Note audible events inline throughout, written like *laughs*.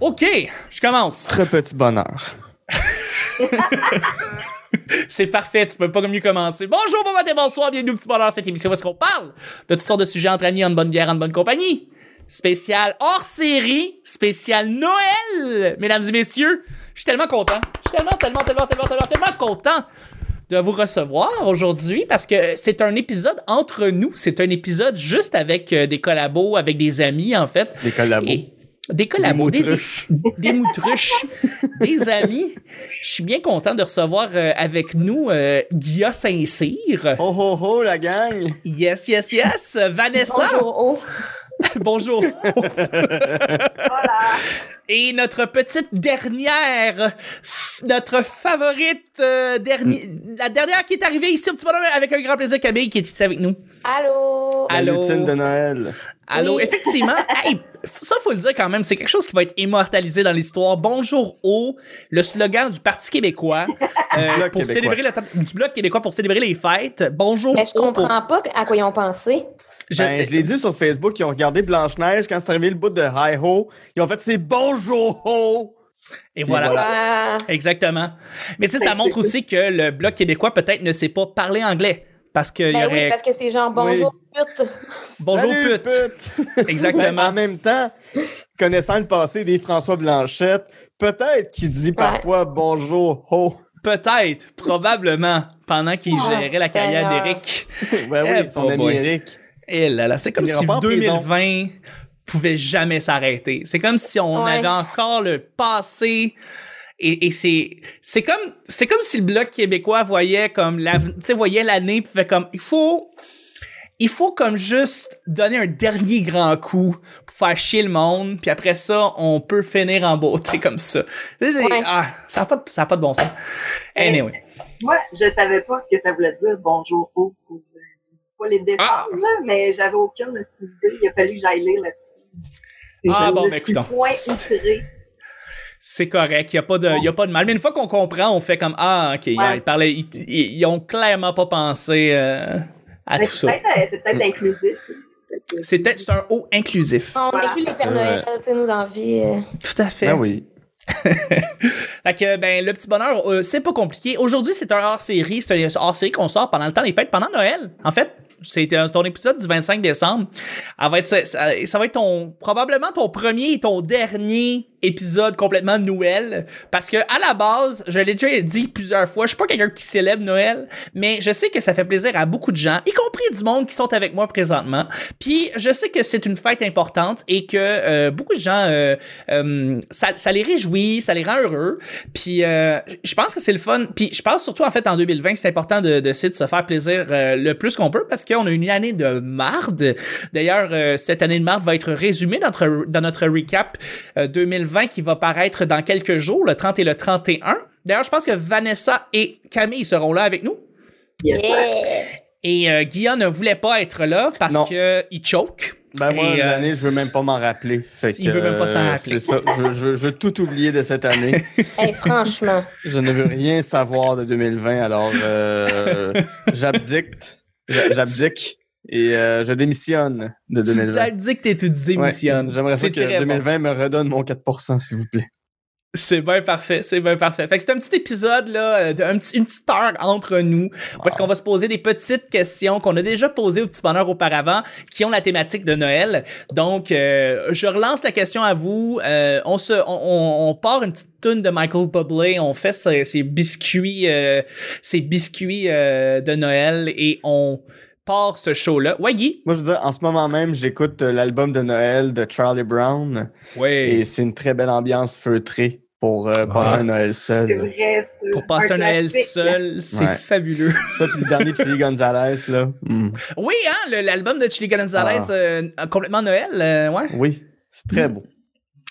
OK, je commence. Très petit bonheur. C'est parfait, tu peux pas mieux commencer. Bonjour, bon matin, bonsoir, bienvenue au petit bonheur. Cette émission où est-ce qu'on parle de toutes sortes de sujets entre amis, en bonne bière, en bonne compagnie. Spécial hors série, spécial Noël, mesdames et messieurs. Je suis tellement content. Je suis tellement, tellement, tellement, tellement, tellement, tellement content de vous recevoir aujourd'hui parce que c'est un épisode entre nous. C'est un épisode juste avec euh, des collabos, avec des amis, en fait. Des collabos. Et- des collabos, des, Des des, moutruches. des moutruches, des amis. Je suis bien content de recevoir euh, avec nous euh, Guilla Saint-Cyr. Oh oh oh, la gang! Yes, yes, yes. Vanessa. Bonjour. Oh. *laughs* Bonjour. Voilà. Et notre petite dernière, f- notre favorite, euh, dernier- la dernière qui est arrivée ici au petit bonhomme avec un grand plaisir, Camille, qui est ici avec nous. Allô. La Allô? lutine de Noël. Allô, Oui. *laughs* effectivement. Hey, ça, faut le dire quand même, c'est quelque chose qui va être immortalisé dans l'histoire. Bonjour au, le slogan du Parti *laughs* québécois, euh, Bloc pour québécois. célébrer le temps- du bloc québécois pour célébrer les fêtes. Bonjour Mais Ben, je au. pour- comprends pas à quoi ils ont pensé. je- Ben, je l'ai dit sur Facebook, ils ont regardé Blanche-Neige quand c'est arrivé le bout de Hi Ho. Ils ont fait c'est bonjour ho! et voilà. voilà. Ah, Exactement. Mais tu sais, ça Ben, montre aussi que le bloc québécois peut-être ne sait pas parler anglais. Parce qu'il y ben aurait. oui, parce que c'est genre bonjour pute. Bonjour, Salut, pute. Ben, *laughs* en *laughs* Exactement. même temps, connaissant le passé des François Blanchette, peut-être qu'il dit parfois bonjour ho. *laughs* Peut-être, probablement, pendant qu'il Oh, gérait la carrière Seigneur. d'Éric. ben oui, Eh, son oh ami boy. Eric. Et là, là, c'est comme Il ira si pas en 2020 pouvait jamais s'arrêter. C'est comme si on Ouais. avait encore le passé. Et, et c'est c'est comme c'est comme si le bloc québécois voyait comme la tu sais voyait l'année puis fait comme il faut il faut comme juste donner un dernier grand coup pour faire chier le monde puis après ça on peut finir en beauté comme ça Tu sais, c'est- Ouais. ah, ça a pas de, ça a pas de bon sens anyway Moi, je savais pas ce que ça voulait dire bonjour au ou, euh, pas les défendre, là, mais j'avais aucune idée. Il a fallu que j'aille lire là-dessus. Ah, bon, ben, mais écoutons. Point outré. C'est correct, il n'y a, pas de- y a pas de mal. Mais une fois qu'on comprend, on fait comme Ah, ok, ils, parlaient, ils, ils- ils ont clairement pas pensé euh, à Mais tout ça. C'est peut-être c'est peut-être inclusif. C'était c'est un haut inclusif. On Voilà. n'est plus les Pères Ouais. Noël, tu sais, nous dans la vie. euh. Tout à Ben fait. oui. Fait que, ben, le petit bonheur, euh, c'est pas compliqué. Aujourd'hui, c'est un hors-série. C'est un hors-série qu'on sort pendant le temps des fêtes, pendant Noël. En fait, c'était ton épisode du 25 décembre. Elle va être- ça, ça- ça va être ton, probablement ton premier et ton dernier épisode complètement Noël. Parce que, à la base, je l'ai déjà dit plusieurs fois, je suis pas quelqu'un qui célèbre Noël, mais je sais que ça fait plaisir à beaucoup de gens, y compris du monde qui sont avec moi présentement. Puis, je sais que c'est une fête importante et que euh, beaucoup de gens, euh, euh, ça, ça les réjouit, ça les rend heureux. Puis euh, je pense que c'est le fun. Puis je pense surtout en fait en 2020, c'est important de, d'essayer de se faire plaisir euh, le plus qu'on peut parce qu'on a une année de marde. D'ailleurs, euh, cette année de marde va être résumée dans notre, dans notre recap euh, 2020 qui va paraître dans quelques jours, le 30 et le 31. D'ailleurs, je pense que Vanessa et Camille seront là avec nous. Yes. Yeah. Et euh, Guillaume ne voulait pas être là parce Non. que il choke. Ben moi, Et, euh, l'année, je veux même pas m'en rappeler. Fait il veut même pas s'en euh, rappeler. C'est ça, je, je- je veux tout oublier de *laughs* cette année. Hey, franchement. Je ne veux rien savoir de 2020, alors *laughs* euh, j'abdicte. J'a- J'abdique et euh, je démissionne de Tu 2020. t'as dit que t'es tu Ouais, démissionnes. J'aimerais ça C'est que très bon. 2020 me redonne mon 4 s'il vous plaît. C'est bien parfait, c'est bien parfait. Fait que c'est un petit épisode, là, euh, de- un petit, une petite heure entre nous, parce qu'on va se poser des petites questions qu'on a déjà posées au petit bonheur auparavant, qui ont la thématique de Noël. Donc, euh, je relance la question à vous. Euh, on, se, on, on- on part une petite tune de Michael Bublé, on fait ses, ses biscuits, euh, ses biscuits euh, de Noël et on part ce show-là. Ouais, Guy? Moi, je veux dire, en ce moment même, j'écoute euh, l'album de Noël de Charlie Brown Oui. et c'est une très belle ambiance feutrée pour euh, passer Ouais. un Noël C'est seul. vrai. c'est Pour passer un Noël classique. seul, c'est Ouais. fabuleux. Ça, puis le dernier Chili Gonzalez, là. Mm. Oui, hein, le- l'album de Chili Gonzalez, Ah. euh, complètement Noël, euh, ouais. Oui, c'est très beau.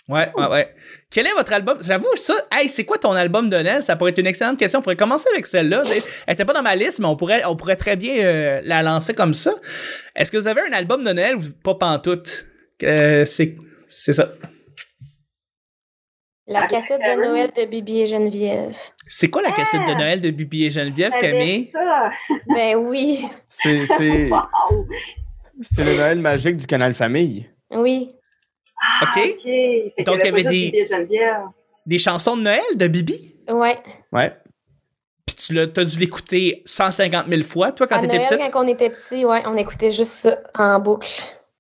Ouais, ouais, ouais. Quel est votre album? J'avoue, ça, hey, c'est quoi ton album de Noël? Ça pourrait être une excellente question. On pourrait commencer avec celle-là. Elle était pas dans ma liste, mais on pourrait, on pourrait très bien euh, la lancer comme ça. Est-ce que vous avez un album de Noël ou pas pantoute? Euh, c'est, c'est ça. La cassette de Noël de Bibi et Geneviève. C'est quoi la cassette Ah. de Noël de Bibi et Geneviève, J'avais Camille? ça. Ben oui. *laughs* C'est c'est- Wow. c'est le Noël magique du canal Famille. Oui. OK? OK. Fait qu'il Donc, il y avait pas des- juste Bibi et Geneviève. Des chansons de Noël de Bibi? Ouais. Ouais. Puis tu l'as, t'as dû l'écouter 150 000 fois, toi, quand à t'étais Noël, petite? quand on était petit, ouais, on écoutait juste ça en boucle.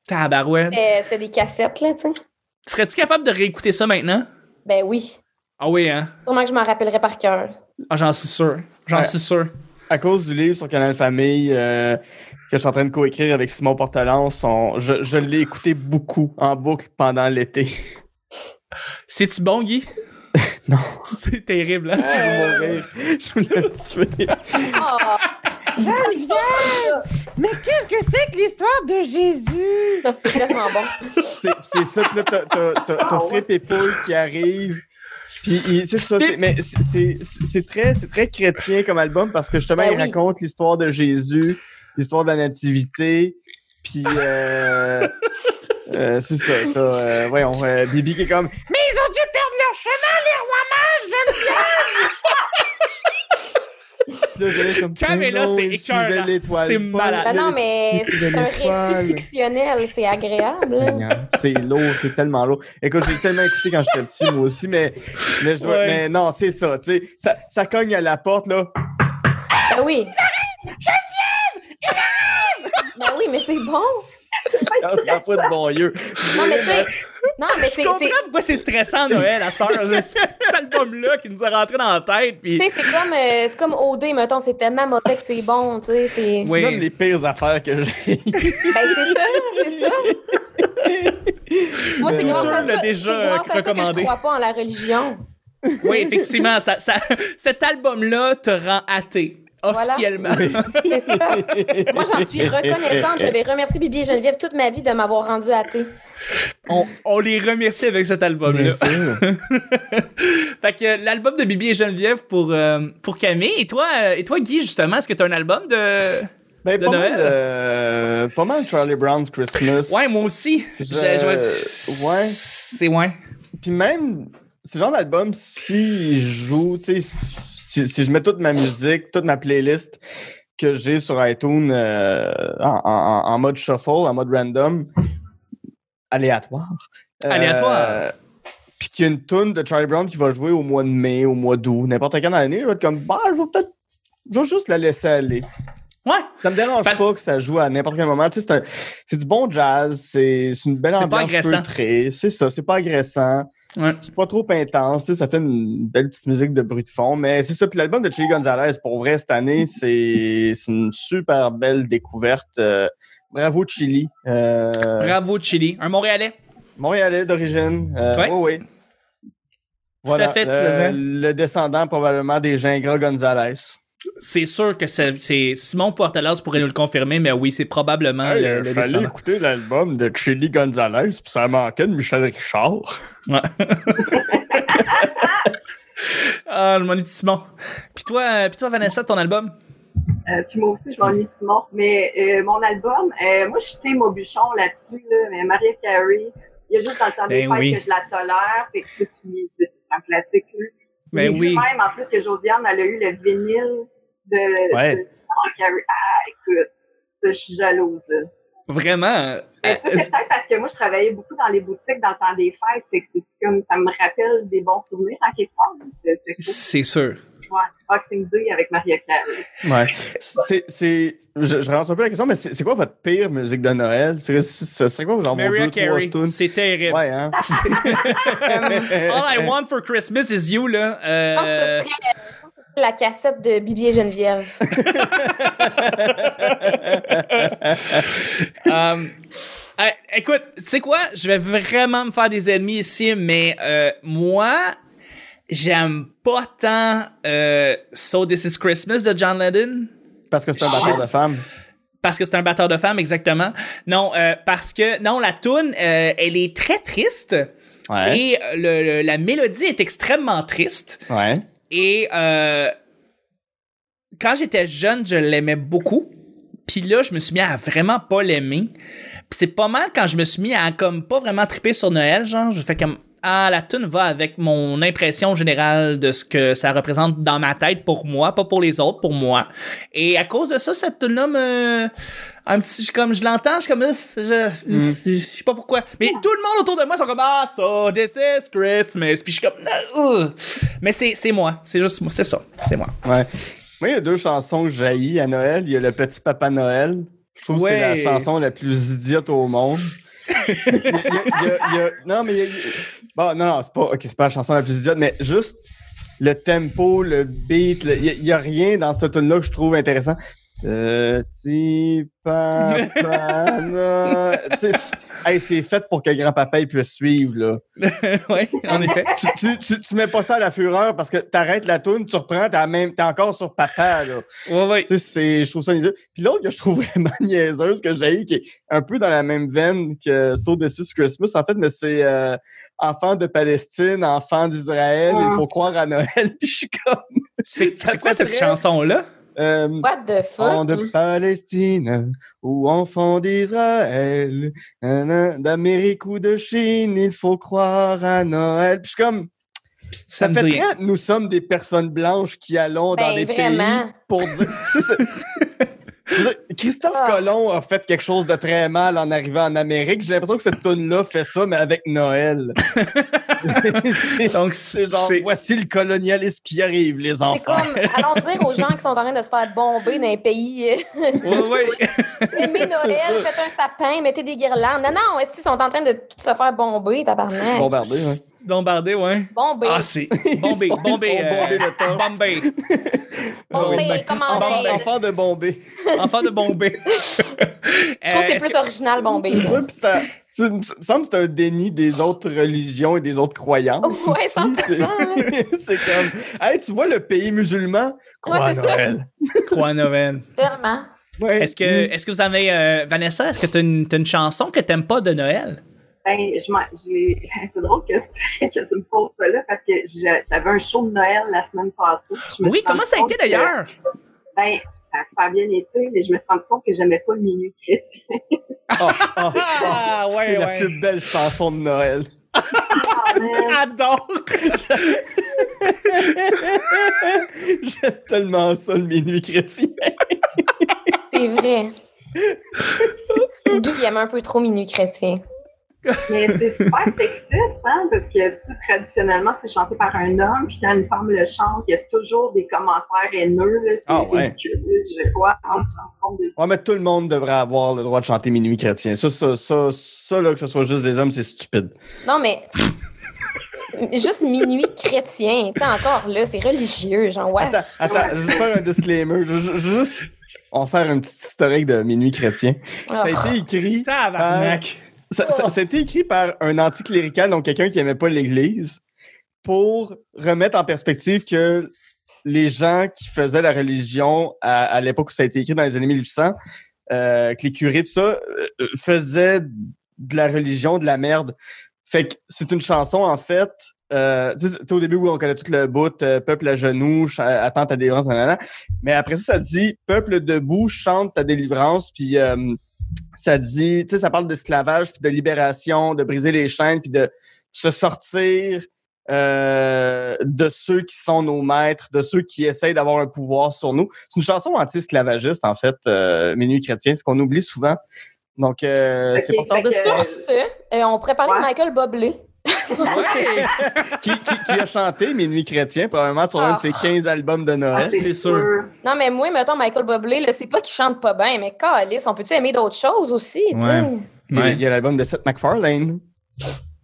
Tabarouette. Euh, C'était des cassettes, là, tu sais. Serais-tu capable de réécouter ça maintenant? Ben oui. Ah oui, hein? Sûrement que je m'en rappellerai par cœur. Ah, j'en suis sûr. J'en Ouais. suis sûr. À cause du livre sur Canal Famille euh, que je suis en train de coécrire avec Simon Portalance, on- je, je l'ai écouté beaucoup en boucle pendant l'été. C'est-tu bon, Guy? *laughs* Non. *laughs* C'est terrible, hein? Je vais mourir. *laughs* je voulais me tuer. Oh, *laughs* Qu'est-ce que c'est que l'histoire de Jésus? ça, c'est tellement bon. C'est- C'est ça, puis là, t'as- t'as t'as- Ah t'as Fripp et Paul qui arrivent. Puis il- c'est ça, c'est- mais c'est- c'est c'est très, c'est très chrétien comme album parce que justement, Ben il oui. raconte l'histoire de Jésus, l'histoire de la nativité, puis euh, euh, c'est ça. T'as, euh, voyons, euh, Bibi qui est comme Mais ils ont dû perdre leur chemin, les rois mages! Puis là, j'allais comme Camilla, Mais non, c'est il suivait écœurant. l'étoile C'est Paul. malade. Ben non, mais Il suivait c'est un l'étoile. récit fictionnel, c'est agréable. là. Seigneur, Hein? C'est lourd, c'est tellement lourd. Écoute, j'ai tellement écouté quand j'étais petit, moi aussi, mais, mais, je dois- Ouais. mais non, c'est ça, tu sais. Ça, ça cogne à la porte, là. Ben oui. Ben oui, mais c'est bon. Ça prend pas de bon Dieu. Non, mais tu sais. Non, mais c'est. Je comprends c'est- pourquoi c'est stressant Noël à cette heure. C'est cet album-là qui nous est rentré dans la tête. Puis... tu sais, c'est comme, euh, c'est comme OD, mettons, c'est tellement mauvais que c'est bon, tu sais. c'est- Oui. C'est comme les pires affaires que j'ai. Ben, c'est ça, c'est ça. Moi, Mais c'est grâce Twitter à l'a ça, déjà, c'est grâce euh, à ça que recommandé. je crois pas en la religion. Oui, effectivement, ça, ça- cet album-là te rend athée. Voilà. Officiellement. C'est ça. Moi, j'en suis reconnaissante. Je vais remercier Bibi et Geneviève toute ma vie de m'avoir rendue athée. *laughs* On, on les remercie avec cet album-là. *laughs* Bien sûr. Fait que euh, l'album de Bibi et Geneviève pour, euh, pour Camille. Et toi, euh, et toi, Guy, justement, est-ce que tu as un album de. Ben, De pas, Noël. Mal, euh, pas mal Charlie Brown's Christmas. Ouais, moi aussi. Je- J'ai- j'aurais- Ouais. C'est ouais. Puis même, ce genre d'album, si je joue, tu sais, si, si je mets toute ma musique, toute ma playlist que j'ai sur iTunes euh, en, en- en mode shuffle, en mode random, aléatoire. euh, Aléatoire. Puis qu'il y a une tune de Charlie Brown qui va jouer au mois de mai, au mois d'août, n'importe quand dans l'année, je vais être comme, bah, je vais peut-être, je vais juste la laisser aller. Ouais. Ça me dérange Parce- pas que ça joue à n'importe quel moment. Tu sais, c'est un- c'est du bon jazz, c'est c'est une belle C'est pas ambiance agressant. feutrée. C'est ça, c'est pas agressant. Ouais. C'est pas trop intense. tu sais, Ça fait une belle petite musique de bruit de fond. Mais c'est ça. Puis l'album de Chili Gonzalez, pour vrai, cette année, c'est c'est une super belle découverte. Euh, bravo, Chili. Euh, Bravo, Chili. Un Montréalais. Montréalais d'origine. Euh, Ouais. Oui, oui. Voilà, à fait, euh, tout le descendant probablement des Gingras Gonzalez. C'est sûr que c'est c'est- Simon Portelaz pourrait nous le confirmer, mais oui, c'est probablement le- le, descendant. euh, écouter l'album de Chili Gonzalez, puis ça manquait de Michel Richard. Ouais. *laughs* ah, le mon petit Simon. Puis toi, euh, puis toi, Vanessa, ton album? Euh, puis moi aussi, je m'ennuie tout mort. Mais euh, mon album, euh, moi, je suis team Aubuchon là-dessus, là, mais Maria Carey, il y a juste dans le temps des Ben fêtes oui. que je la tolère, fait que c'est fini, c'est un classique. Là. Ben Et oui. Même, en plus, que Josiane, elle a eu le vinyle de, Ouais. de Mariah Carey. Ah, écoute, ça, je suis jalouse. là. Vraiment. euh, Mais ça, c'est euh, peut-être parce que moi, je travaillais beaucoup dans les boutiques dans le temps des fêtes, fait que c'est comme, ça me rappelle des bons souvenirs en quelque part. C'est c'est cool. c'est sûr. Ouais. Boxing Day avec Maria Carey. Ouais. C'est, c'est, je, je relance un peu la question, mais c'est, c'est quoi votre pire musique de Noël? C'est, c'est- ce serait quoi, genre, Mariah vos deux, Carey, trois tunes? c'est terrible. Ouais, hein? All I want for Christmas is you, là. Je pense Euh, que ce serait la cassette de Bibi et Geneviève. Um, euh, écoute, tu sais quoi? Je vais vraiment me faire des ennemis ici, mais euh, moi, j'aime pas tant euh, So This Is Christmas de John Lennon. Parce que c'est un bâtard de femme. Parce que c'est un batteur de femmes, exactement. Non, euh, parce que, non, la toune, euh, elle est très triste. Ouais. Et euh, le- le- la mélodie est extrêmement triste. Ouais. Et euh, quand j'étais jeune, je l'aimais beaucoup. Puis là, je me suis mis à vraiment pas l'aimer. Puis c'est pas mal quand je me suis mis à comme pas vraiment triper sur Noël, genre, je fais comme à la tune va avec mon impression générale de ce que ça représente dans ma tête pour moi, pas pour les autres, pour moi. Et à cause de ça, cette tune là me un petit comme je l'entends, je suis comme euh, je, je sais pas pourquoi. Mais tout le monde autour de moi sont comme ah so this is Christmas. Puis je suis comme euh, euh. mais c'est c'est moi, c'est juste moi, c'est ça, c'est moi. *laughs* Ouais. Moi, il y a deux chansons que j'haïs à Noël. Il y a le petit papa Noël. Je trouve que c'est Ouais. la chanson la plus idiote au monde. Il y a- il y a- il y a- non, mais il y a- Bon, non, non, c'est pas, ok, c'est pas la chanson la plus idiote, mais juste le tempo, le beat, le- il n'y a, rien dans cette tune là que je trouve intéressant. Petit papa Noël. Tu sais, c'est- hey, c'est fait pour que grand-papa il puisse suivre, là. ouais, en effet. Tu, tu, tu, tu mets pas ça à la fureur parce que t'arrêtes la tune, tu reprends, t'es à même- t'es encore sur papa, là. Ouais ouais. Tu sais, c'est- je trouve ça niaiseux. Puis l'autre que je trouve *laughs* vraiment niaiseuse, que j'ai qui est un peu dans la même veine que So This Is Christmas, en fait, mais c'est euh, enfant de Palestine, enfant d'Israël, il faut croire à Noël. *laughs* Puis je suis comme. C'est Ça c'est quoi fait cette très- chanson là euh, What *laughs* the enfant fuck? de Palestine ou enfant d'Israël, nanana, d'Amérique ou de Chine, il faut croire à Noël. Puis je suis comme. Ça Ça me fait dit rien. très, nous sommes des personnes blanches qui allons dans Ben, des vraiment. pays pour dire. *laughs* Tu sais, c'est- Je veux dire, Christophe Ah. Colomb a fait quelque chose de très mal en arrivant en Amérique. J'ai l'impression que cette toune-là fait ça, mais avec Noël. C'est- Donc c'est c'est genre, c'est- voici le colonialisme qui arrive, les C'est enfants. comme, *laughs* allons dire aux gens qui sont en train de se faire bomber dans les pays. euh, ouais, ouais. Aimez Noël, faites un sapin, mettez des guirlandes. Non, non, est-ce qu'ils sont en train de tout se faire bomber, tabarnak? Bombardés, ben, ouais. Bombardé, ouais. Bomber. Ah, c'est Bombay, *laughs* Ils sont- Bombay, ils sont bombés euh, le torse. Bombay, bomber, Bombay. comment Enfants dire? enfants de Bombay. enfant de *laughs* Bombay. Je trouve que c'est Euh, plus original, bomber. C'est ça, puis ça, ça me semble que c'est un déni des autres religions et des autres croyances. Oh, Ouais, aussi. 100%, C'est- *laughs* C'est comme, hey, tu vois le pays musulman? Crois à Ouais, c'est ça. Noël. Croix Noël. Tellement. Ouais. Mm. Est-ce que, est-ce que vous avez, euh, Vanessa, est-ce que tu as une, t'as une chanson que t'aimes pas de Noël? Ben, je m'en- j'ai- *laughs* c'est drôle que, que tu *laughs* me poses ça là parce que j'a- j'avais un show de Noël la semaine passée. Je me Oui, suis rendu comment ça a été compte que- d'ailleurs? Ben, ça a super bien été, mais je me suis rendu compte que j'aimais pas le minuit chrétien. Ah, ah, ah, Ah, c'est ouais, la ouais. plus belle chanson de Noël. *laughs* Ah, *laughs* Adore! J'aime tellement ça, le minuit chrétien. C'est vrai. Guy, il aime un peu trop Minuit chrétien. Mais c'est super sexiste, hein, parce que tu sais, traditionnellement, c'est chanté par un homme, puis quand une femme le chante, il y a toujours des commentaires haineux. Là, c'est Ah, ouais. ridicule, là, Je vois, on se rend compte de Ouais, mais tout le monde devrait avoir le droit de chanter minuit chrétien. Ça, ça, ça, ça là, que ce soit juste des hommes, c'est stupide. Non, mais. *laughs* Juste minuit chrétien. Tu sais, encore là, c'est religieux, genre, ouais. Attends, attends, juste faire un disclaimer. ju- ju- Juste, on va faire un petit historique de minuit chrétien. Ah. Ça Ah. a été euh, écrit. Tabarnak! Ça, ça- ça a été écrit par un anticlérical, donc quelqu'un qui n'aimait pas l'Église, pour remettre en perspective que les gens qui faisaient la religion à, à l'époque où ça a été écrit dans les années 1800, euh, que les curés, tout ça, euh, euh, faisaient de la religion de la merde. Fait que c'est une chanson, en fait. euh, tu sais, tu sais, au début, oui, on connaît tout le bout, euh, peuple à genoux, ch- euh, attends ta délivrance, nanana. Mais après ça, ça dit peuple debout, chante ta délivrance, puis euh, ça dit, tu sais, ça parle d'esclavage, puis de libération, de briser les chaînes, puis de se sortir euh, de ceux qui sont nos maîtres, de ceux qui essayent d'avoir un pouvoir sur nous. C'est une chanson anti-esclavagiste, en fait, euh, Minuit chrétien, ce qu'on oublie souvent. Donc, euh, Ok, c'est pour fait tarder que- Sur ce, euh, on pourrait parler Ouais. de Michael Boblé. Ouais! Euh, qui, qui- qui a chanté Minuit chrétien, probablement sur l'un de ses 15 albums de Ah, Noël. c'est sûr. Non, mais moi, mettons, Michael Boblé, là, c'est pas qu'il chante pas bien, mais calice, on peut-tu aimer d'autres choses aussi, tu sais? Ouais. Il y a- Il y a l'album de Seth MacFarlane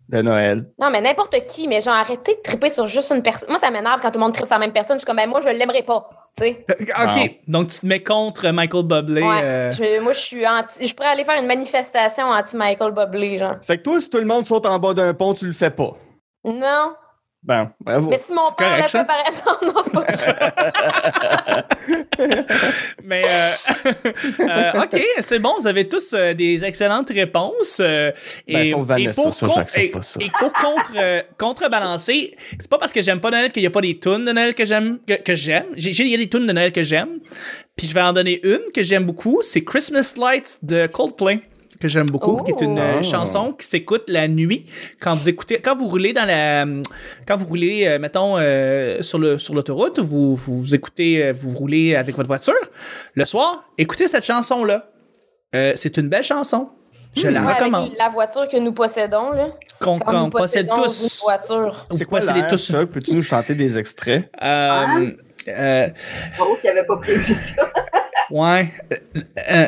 de Noël. Non, mais n'importe qui, mais genre, arrêtez de triper sur juste une personne. Moi, ça m'énerve quand tout le monde tripe sur la même personne. Je suis comme, ben, moi, je l'aimerais pas, tu sais? Ok, donc tu te mets contre Michael Bublé. Ouais. euh, Je- moi, je suis anti. Je pourrais aller faire une manifestation anti-Michael Boblé, genre. Fait que toi, si tout le monde saute en bas d'un pont, tu le fais pas. Non. Ben, bravo. Mais si mon père correct, l'a ça. fait par exemple, *laughs* non, c'est pas vrai. Mais euh, *laughs* euh, ok, c'est bon, vous avez tous euh, des excellentes réponses. euh, Ben, sauf Vanessa, ça, con- j'accepte et- pas ça. et pour contre euh, contrebalancer, c'est pas parce que j'aime pas Noël qu'il y a pas des tunes de Noël que j'aime que, que j'aime. J'ai- j'ai- Il y a des tunes de Noël que j'aime. Puis je vais en donner une que j'aime beaucoup, c'est Christmas Lights de Coldplay. que j'aime beaucoup, qui est une euh, Oh. chanson qui s'écoute la nuit quand vous écoutez, quand vous roulez dans la, euh, quand vous roulez, euh, mettons, euh, sur le sur l'autoroute, vous, vous écoutez, euh, vous roulez avec votre voiture le soir, écoutez cette chanson là. c'est une belle chanson. Je la Hmm. Ouais, recommande. avec la voiture que nous possédons, là. Qu'on Quand qu'on nous possède possédons tous. une voiture. Vous C'est quoi possédez l'air, tous. Chuck? Peux-tu nous chanter des extraits? Euh, euh, Oh, qui avait pas prévu. *laughs* Ouais. Euh, euh,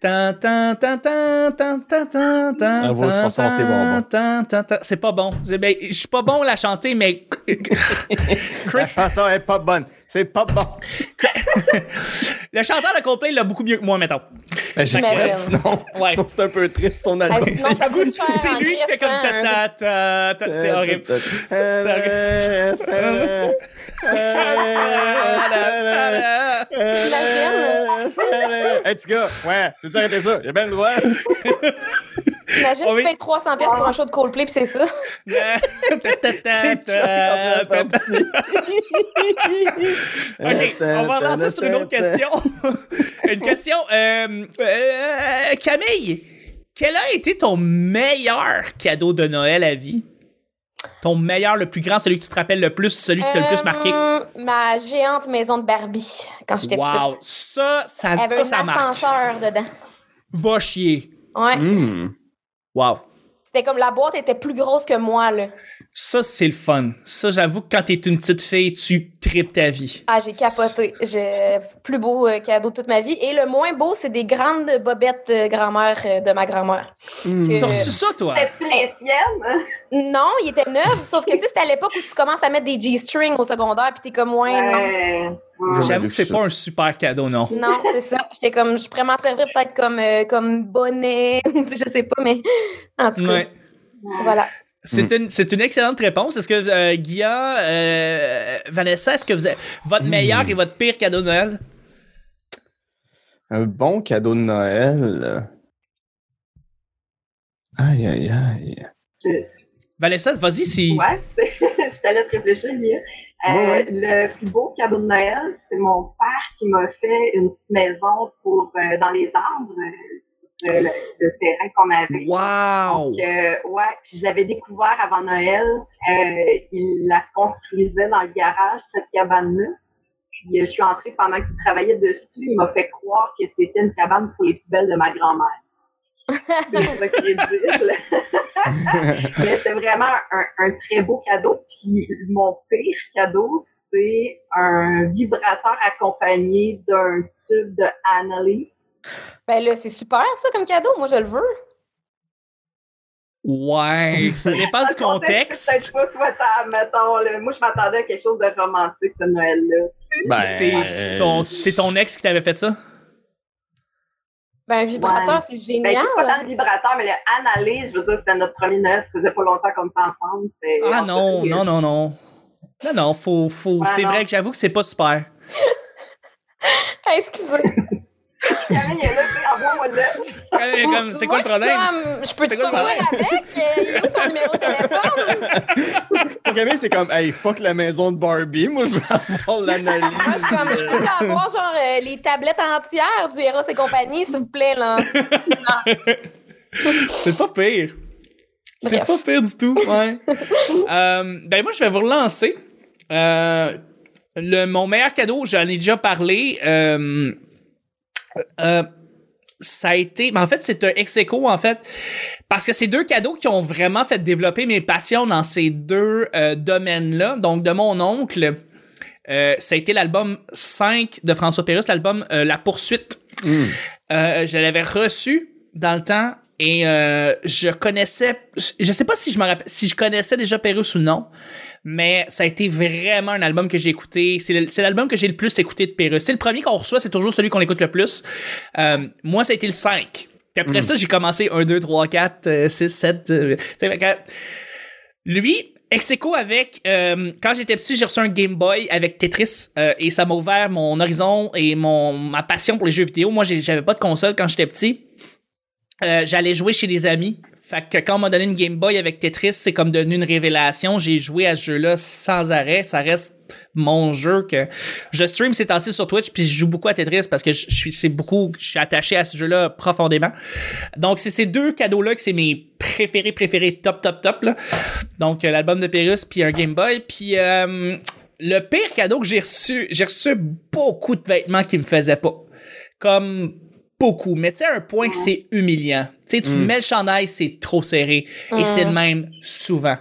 ta ta ta ta ta ta ta ta Bravo, ta François, ta t'es bon, bon. ta ta ta c'est pas bon C'est- ben, je suis pas bon à la chanter mais La Chris chanson est pas bonne. C'est pas bon. le chanteur de Coldplay l'a beaucoup mieux que moi mettons Ben, j'ai J'imagine. fait, sinon, Ouais. sinon c'est un peu triste son Ah, album. sinon, ça coûte cher en c'est lui qui fait comme Christ, hein, ta ta ta ta c'est horrible Hey, petit gars, ouais, tu veux arrêter ça? J'ai bien le droit. Imagine, On tu est- payes 300 pièces pour un show de Coldplay, puis c'est ça. Ta, ta, ta, ta, ta, ta. *laughs* OK, on va relancer sur une autre question. *laughs* une question. euh, euh, Camille, quel a été ton meilleur cadeau de Noël à vie? Ton meilleur, le plus grand, celui que tu te rappelles le plus, celui qui t'a le plus marqué? Euh, Ma géante maison de Barbie, quand j'étais Wow, petite. ça, ça, Avec ça, ça un marque. ascenseur dedans. Va chier. Ouais. Hmm. Wow. C'était comme la boîte était plus grosse que moi, là. Ça, c'est le fun. Ça, j'avoue que quand t'es une petite fille, tu tripes ta vie. Ah, j'ai capoté. J'ai plus beau euh, cadeau de toute ma vie. Et le moins beau, c'est des grandes bobettes euh, grand-mère euh, de ma grand-mère. hmm. Que- T'as reçu ça, toi? C'était l'épicienne. Non, il était neuf, sauf que tu sais, c'était à l'époque où tu commences à mettre des G-strings au secondaire, puis t'es comme, ouais, non. Euh, Ouais. Ouais. J'avais J'avoue que c'est ça. pas un super cadeau, non. Non, c'est ça. J'étais comme, je pourrais m'en servir peut-être comme, euh, comme bonnet, *laughs* ou tu sais, je sais pas, mais en tout cas, Ouais. voilà. C'est une, c'est une excellente réponse. Est-ce que, euh, Guilla, euh, Vanessa, est-ce que vous avez votre Mm. meilleur et votre pire cadeau de Noël? Un bon cadeau de Noël. Aïe, aïe, aïe. Je- Vanessa, vas-y si. Ouais, *laughs* je te laisse réfléchir, Guy. Euh, Ouais, ouais. Le plus beau cadeau de Noël, c'est mon père qui m'a fait une petite maison pour, euh, dans les arbres, euh, le, le terrain qu'on avait. Wow! Donc, euh, ouais, puis je l'avais découvert avant Noël. Euh, il la construisait dans le garage, cette cabane-là. Puis euh, je suis entrée pendant qu'il travaillait dessus. Il m'a fait croire que c'était une cabane pour les poubelles de ma grand-mère. C'est pas crédible. *laughs* Mais c'est vraiment un, un très beau cadeau. Puis mon pire cadeau, c'est un vibrateur accompagné d'un tube de Annalise. Ben là, c'est super, ça, comme cadeau. Moi, je le veux. Ouais, ça dépend du Dans le contexte. c'est peut-être pas souhaitable, mettons. là. Moi, je m'attendais à quelque chose de romantique ce Noël-là. Ben, C'est ton, c'est ton ex qui t'avait fait ça? Ben, un vibrateur, c'est Ben, génial. *laughs* c'est pas tant le vibrateur, mais le analyse, je veux dire, c'était notre premier Noël, ça faisait pas longtemps comme ça ensemble. c'est- Ah on non, s'est- euh, non, non, non. Non, non, faut, faut, Ouais, c'est non. vrai que j'avoue que c'est pas super. Ah, excusez. Camille est là, puis envoie-moi le. Euh, comme, C'est quoi le Moi, je suis problème? comme, Je peux te C'est quoi le surveiller avec? euh, Il est où son numéro de téléphone? Pour Camille, c'est comme, hey, fuck la maison de Barbie. Moi, je veux avoir Moi, je *laughs* l'analyse. suis comme, je peux avoir genre euh, les tablettes entières du Eros et compagnie, s'il vous plaît, là. C'est pas pire. C'est Bref. pas pire du tout, ouais. Euh, ben moi, je vais vous relancer. Euh, le, mon meilleur cadeau, j'en ai déjà parlé. euh, euh, ça a été... Mais en fait, c'est un ex aequo, en fait. Parce que c'est deux cadeaux qui ont vraiment fait développer mes passions dans ces deux euh, domaines-là. Donc, de mon oncle, euh, ça a été l'album 5 de François Pérusse, l'album euh, La Poursuite. Euh, je l'avais reçu dans le temps et euh, je connaissais, je sais pas si je me rappelle, si je connaissais déjà Pérus ou non, mais ça a été vraiment un album que j'ai écouté. C'est le- c'est l'album que j'ai le plus écouté de Pérus. C'est le premier qu'on reçoit, c'est toujours celui qu'on écoute le plus. Euh, moi, ça a été le 5. Puis après ça, j'ai commencé 1, 2, 3, 4, euh, 6, 7. euh, tu sais, fait que- lui, ex aequo avec. euh, quand j'étais petit, j'ai reçu un Game Boy avec Tetris euh, et ça m'a ouvert mon horizon et mon, ma passion pour les jeux vidéo. Moi, j'ai- j'avais pas de console quand j'étais petit. Euh, J'allais jouer chez des amis. Fait que quand on m'a donné une Game Boy avec Tetris, c'est comme devenu une révélation. J'ai joué à ce jeu-là sans arrêt. Ça reste mon jeu que je stream ces temps-ci sur Twitch, puis je joue beaucoup à Tetris parce que je je suis, c'est beaucoup, je suis attaché à ce jeu-là profondément. Donc, c'est ces deux cadeaux-là que c'est mes préférés, préférés, top, top, top. Là. Donc, euh, l'album de Pyrrhus, puis un Game Boy, puis... euh, le pire cadeau que j'ai reçu, j'ai reçu beaucoup de vêtements qui me faisaient pas. Comme beaucoup, mais tu sais, à un point que c'est humiliant. Tu sais, tu Mm. mets le chandail, c'est trop serré. Et c'est le même souvent.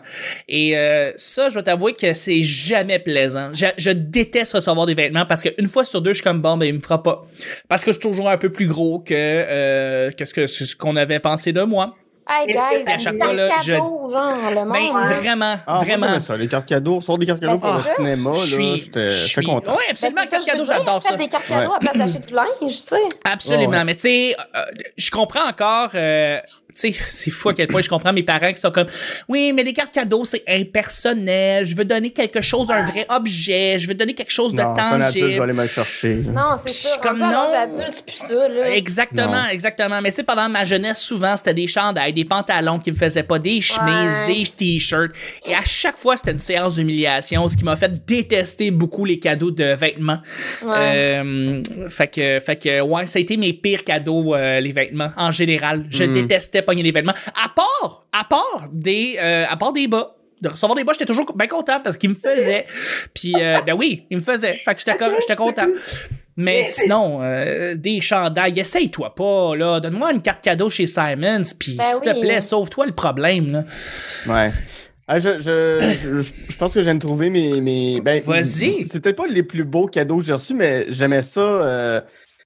Et euh, ça, je dois t'avouer que c'est jamais plaisant. Je, je déteste recevoir des vêtements parce qu'une fois sur deux, je suis comme bon, mais il me fera pas. Parce que je suis toujours un peu plus gros que, euh, que ce que- ce qu'on avait pensé de moi. Hey, Mais guys, à chaque tant fois, de là, je- Ben, cadeaux, genre, le Mais monde. vraiment, Ah, moi, vraiment. j'aimais ça, les cartes cadeaux, sort des cartes cadeaux pour le Ah, cinéma, Je là, suis, j'étais je j'étais suis- content. Ouais, absolument, Ben, c'est carte ça que cadeau, je veux dire, j'adore ça. Faites des cartes cadeaux à place d'acheter du linge, tu sais. Absolument, Ouais, ouais. mais tu sais, euh, je comprends encore, euh, tu sais, c'est fou à quel point je comprends mes parents qui sont comme, oui, mais les cartes cadeaux, c'est impersonnel, je veux donner quelque chose, un vrai objet, je veux donner quelque chose de Non, c'est un adulte, je vais tangible. aller me le chercher. Non, c'est Pis ça. je suis Comme comme, non. non. adulte, c'est plus ça, là. Exactement, Non. exactement. Mais tu sais, pendant ma jeunesse, souvent, c'était des chandails, des pantalons qui me faisaient pas, des chemises, Ouais. des t-shirts. Et à chaque fois, c'était une séance d'humiliation, ce qui m'a fait détester beaucoup les cadeaux de vêtements. Ouais. Euh, fait que, fait que, ouais, ça a été mes pires cadeaux, euh, les vêtements, en général. Je Mm. détestais pogner les vêtements. À part, à part des, euh, à part des bas. De recevoir des bas, j'étais toujours bien content parce qu'ils me faisaient. Puis, euh, ben oui, ils me faisaient. Fait que j'étais cor- j'étais content. Mais Mais- sinon, euh, des chandails, essaye-toi pas, là. Donne-moi une carte cadeau chez Simons, puis Ben s'il te oui. plaît, sauve-toi le problème, là. Ouais. Ah, je, je, je, je pense que j'aime trouver mes. mes ben, Vas-y. C'était pas les plus beaux cadeaux que j'ai reçus, mais j'aimais ça. euh,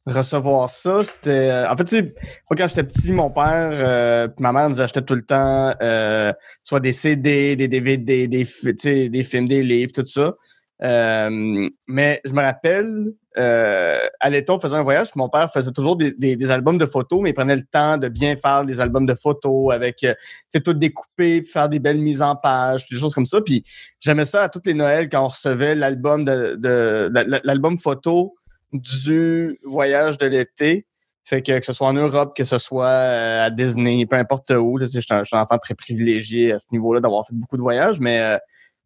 recevoir ça. C'était. euh, en fait, tu sais, moi, quand j'étais petit, mon père euh, pis ma mère nous achetait tout le temps euh, soit des CD, des DVD, des, fi- tu sais, des films, des livres, tout ça. Euh, mais je me rappelle, euh, à l'été, on faisait un voyage, puis mon père faisait toujours des, des- des albums de photos, mais il prenait le temps de bien faire des albums de photos avec, euh, tu sais, tout découpé, puis faire des belles mises en page, puis des choses comme ça. Puis j'aimais ça à toutes les Noëls quand on recevait l'album de, de- la- la- l'album photo du voyage de l'été. Fait que, que ce soit en Europe, que ce soit euh, à Disney, peu importe où. là, tu sais, Je suis un, je suis un enfant très privilégié à ce niveau-là d'avoir fait beaucoup de voyages, mais euh,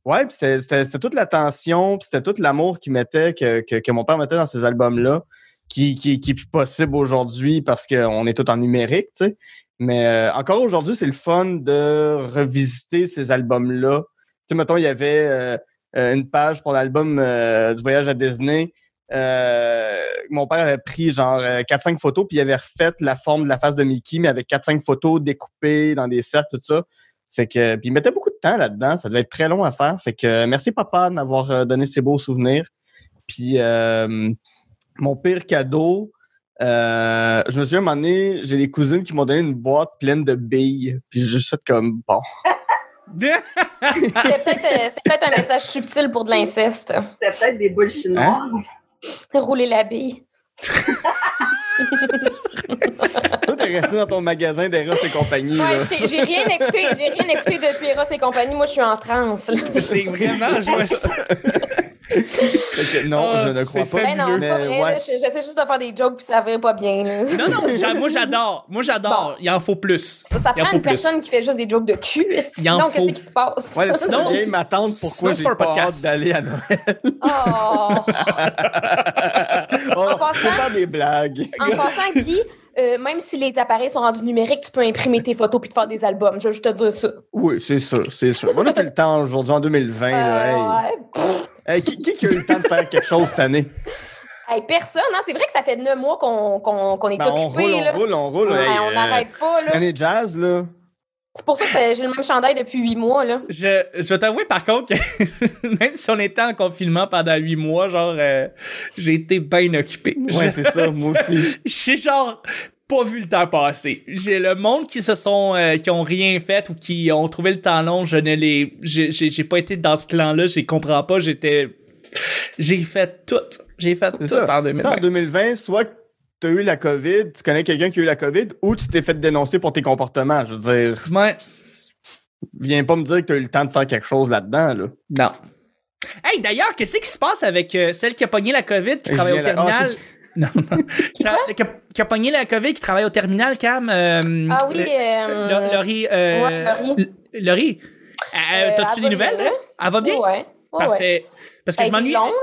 ouais, puis c'était- c'était c'était toute l'attention, puis c'était tout l'amour qu'il mettait, que, que, que mon père mettait dans ces albums-là, qui, qui, qui est plus possible aujourd'hui parce qu'on est tout en numérique, tu sais. Mais euh, encore aujourd'hui, c'est le fun de revisiter ces albums-là. Tu sais, mettons, il y avait euh, euh, une page pour l'album euh, du voyage à Disney. Euh, mon père avait pris genre euh, 4-5 photos, puis il avait refait la forme de la face de Mickey, mais avec 4-5 photos découpées dans des cercles, tout ça. Fait que, puis il mettait beaucoup de temps là-dedans. Ça devait être très long à faire. Fait que euh, merci papa de m'avoir euh, donné ces beaux souvenirs. Puis euh, mon pire cadeau, euh, je me souviens un moment donné, j'ai des cousines qui m'ont donné une boîte pleine de billes. Puis j'ai juste fait comme bon. C'était peut-être euh, c'était peut-être un message subtil pour de l'inceste. C'était peut-être des boules chinoises. Hein? Rouler la bille. *laughs* Toi, t'es resté dans ton magasin d'Eros et compagnie. Ouais, là. c'est- j'ai rien écouté, j'ai rien écouté depuis Eros et compagnie. Moi, je suis en transe. là. *laughs* C'est vraiment, je vois ça. Fait que non, Ah, je ne crois c'est pas. Ben non, c'est pas Mais vrai. ouais. là. Je- J'essaie juste de faire des jokes puis ça va pas bien. là. Non, non, j'a- moi j'adore. Moi j'adore. Il en faut plus. Ça, ça Il en prend faut une plus. personne qui fait juste des jokes de cul. Il en Sinon, faut. qu'est-ce qui se passe? *laughs* Ouais, Sinon, sinon, c'est- ma tante, sinon, pourquoi c'est j'ai pas un pas, podcast. hâte d'aller à Noël. Oh! Oh, *laughs* faut En passant- faire des blagues. En passant, Guy, euh, même si les appareils sont rendus numériques, tu peux imprimer tes photos puis te faire des albums. Je veux juste te dire ça. Oui, c'est sûr, c'est sûr. On a plus le temps aujourd'hui en 2020. là, hey. Euh, ouais. Hey, qui, qui qui a eu le temps de faire quelque chose cette année? Hey, personne, hein? c'est vrai que ça fait neuf mois qu'on qu'on- qu'on est Ben, on occupé. roule, on là. roule, on roule. Ouais, hey, on euh, n'arrête pas. cette là. année jazz, là. C'est pour ça que c'est- j'ai le même chandail depuis huit mois. Là. Je, je vais t'avouer par contre que *laughs* même si on était en confinement pendant huit mois, genre, euh, j'ai été bien occupé. Ouais, Je- c'est ça, moi aussi. J'ai genre pas vu le temps passer. J'ai le monde qui se sont, euh, qui ont rien fait ou qui ont trouvé le temps long, je ne les, j'ai j'ai- j'ai pas été dans ce clan-là, je comprends pas, j'étais, j'ai fait tout. J'ai fait tout C'est ça. en Tu sais, 2020. en 2020, soit tu as eu la COVID, tu connais quelqu'un qui a eu la COVID, ou tu t'es fait dénoncer pour tes comportements. Je veux dire, Ouais. c- viens pas me dire que tu as eu le temps de faire quelque chose là-dedans. Là. Non. Hey, d'ailleurs, qu'est-ce qui se passe avec euh, celle qui a pogné la COVID, qui Et ah, travaille au Julien Lac- terminal? Non, *laughs* non. Qui, quoi? tra- qui a, qui a pogné la COVID, qui travaille au terminal, Cam. euh, Ah oui, euh, euh, Lo- Laurie. euh, ouais, Laurie. L- Laurie. Euh, Euh, T'as-tu elle des va nouvelles? bien, d'elle? Elle va bien? Ouais. Ouais, ouais. Parfait. Parce que Ça a je m'ennuie. été long,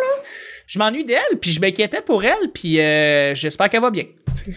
Je m'ennuie d'elle, puis je m'inquiétais pour elle, puis euh, j'espère qu'elle va bien.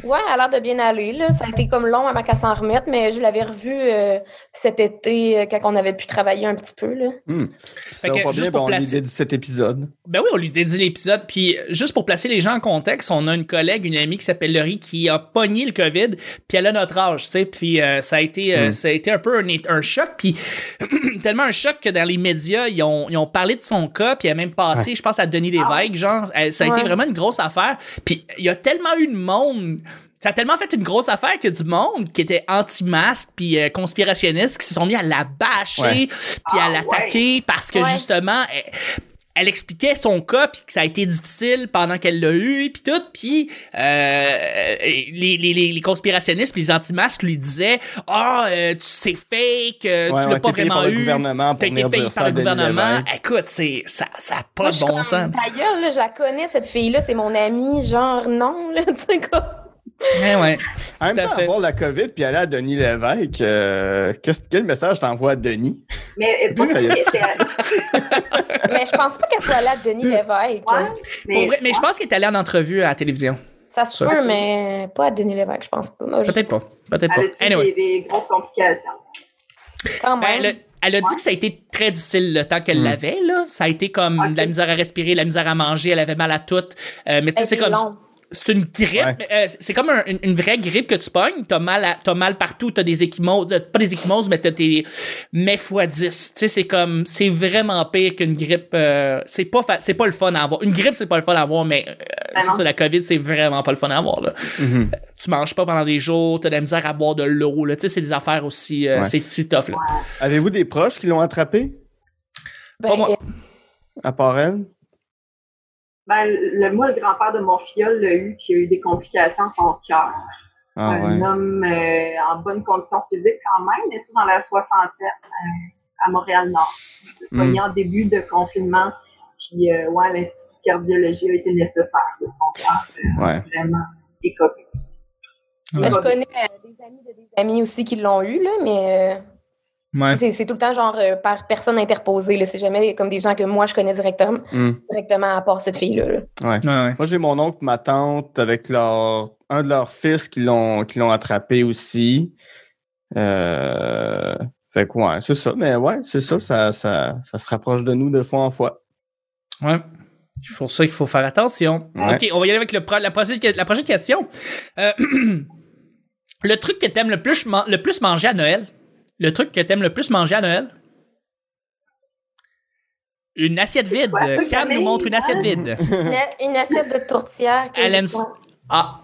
Ouais, elle a l'air de bien aller. Là. Ça a été comme long avant qu'elle s'en remette, mais je l'avais revue euh, cet été euh, quand on avait pu travailler un petit peu. Là. Hmm. Ça que, va pas juste bien, pour ben, on placer- l'idée de cet épisode. Ben oui, on lui dédie l'épisode. Puis euh, juste pour placer les gens en contexte, on a une collègue, une amie qui s'appelle Laurie qui a pogné le COVID, puis elle a notre âge, tu sais. Puis euh, ça, a été, euh, Mm. ça a été un peu un, un choc. Puis *clears throat* tellement un choc que dans les médias, ils ont, ils ont parlé de son cas, puis elle a même passé, je pense, à Denis Lévesque. Genre, elle- ça a été Ouais. vraiment une grosse affaire. Puis il y a tellement eu de monde. Ça a tellement fait une grosse affaire que du monde qui était anti-masque puis euh, conspirationniste qui se sont mis à la bâcher Ouais. puis à Ah, l'attaquer parce que Ouais. justement eh, elle, elle expliquait son cas puis que ça a été difficile pendant qu'elle l'a eu puis tout puis euh, les, les, les, les conspirationnistes puis les anti-masques lui disaient ah euh, tu c'est fake euh, Ouais, tu ouais, l'as pas t'es payé vraiment par le eu gouvernement t'as pour été venir payé dire ça par à le Denis gouvernement Lévesque. écoute c'est ça ça a pas Moi, de je suis bon comme, *laughs* sens Ta gueule, là, je la connais, cette fille-là, c'est mon amie. Genre, non, là, *laughs* tu sais quoi. ouais, Eh ouais. En même Tout à temps, fait. avoir la COVID puis aller à Denis Lévesque, euh, qu'est-ce- quel message t'envoies à Denis? Mais euh, pour Ça y est. c'est- Mais je pense pas qu'elle soit là, Denis Lévesque. hein. ouais, Pour vrai, mais je pense qu'elle est allée en entrevue à la télévision Ça se Ça. peut, mais pas à Denis Lévesque, je pense pas. Moi, je- peut-être pas peut-être elle pas a eu anyway des, des grosses complications. Quand Ben, même. elle, a, elle a dit que ça a été très difficile le temps qu'elle Mm. l'avait. Là. Ça a été comme Ok. de la misère à respirer, de la misère à manger, elle avait mal à tout. Euh, mais tu sais, Elle c'est est comme. longue. C'est une grippe. Ouais. mais, euh, c'est comme un- une, une vraie grippe que tu pognes. T'as mal, à- t'as mal partout, t'as des échymoses. euh, Pas des échymoses, mais t'as tes. Mais fois 10. Tu sais, c'est comme. C'est vraiment pire qu'une grippe. euh, c'est, pas fa- c'est pas le fun à avoir. Une grippe, c'est pas le fun à avoir, mais. euh, Ben c'est non. ça, la COVID, c'est vraiment pas le fun à avoir. Là. Euh, Tu manges pas pendant des jours, t'as de la misère à boire de l'eau. Là. Tu sais, c'est des affaires aussi. euh, Ouais. C'est, c'est tough. Là. Avez-vous des proches qui l'ont attrapé, Ben, pas moi. euh, à part elle? Ben, le, moi, le grand-père de mon fiole l'a eu, qui a eu des complications à son cœur. Ah un ouais. homme euh, en bonne condition physique quand même, mais c'est dans la soixantaine euh, à Montréal-Nord. Mm. Soigné en début de confinement, puis euh, ouais, la cardiologie a été nécessaire. là. Son cœur, euh, Ouais. vraiment écopé. ben, je connais euh, des amis de des amis aussi qui l'ont eu, là, mais. euh, Ouais. C'est c'est tout le temps genre euh, par personne interposée. là. C'est jamais comme des gens que moi je connais directement, Mm. directement à part cette fille-là. là. Ouais, Moi, j'ai mon oncle, ma tante, avec leur un de leurs fils qui l'ont qui l'ont attrapé aussi. Euh, Fait que ouais, c'est ça. Mais ouais, c'est ça, ça, ça, ça se rapproche de nous de fois en fois. ouais. C'est pour ça qu'il faut faire attention. Ouais. OK, on va y aller avec le pro- la, prochaine, la prochaine question. Euh, *clears throat* le truc que t'aimes le plus, man- le plus manger à Noël? Le truc que t'aimes le plus manger à Noël? Une assiette vide. quoi, ça, Cam nous Camille? montre une assiette vide. Une, a- une assiette de tourtière que Elle j'ai aime pas. ça. Ah,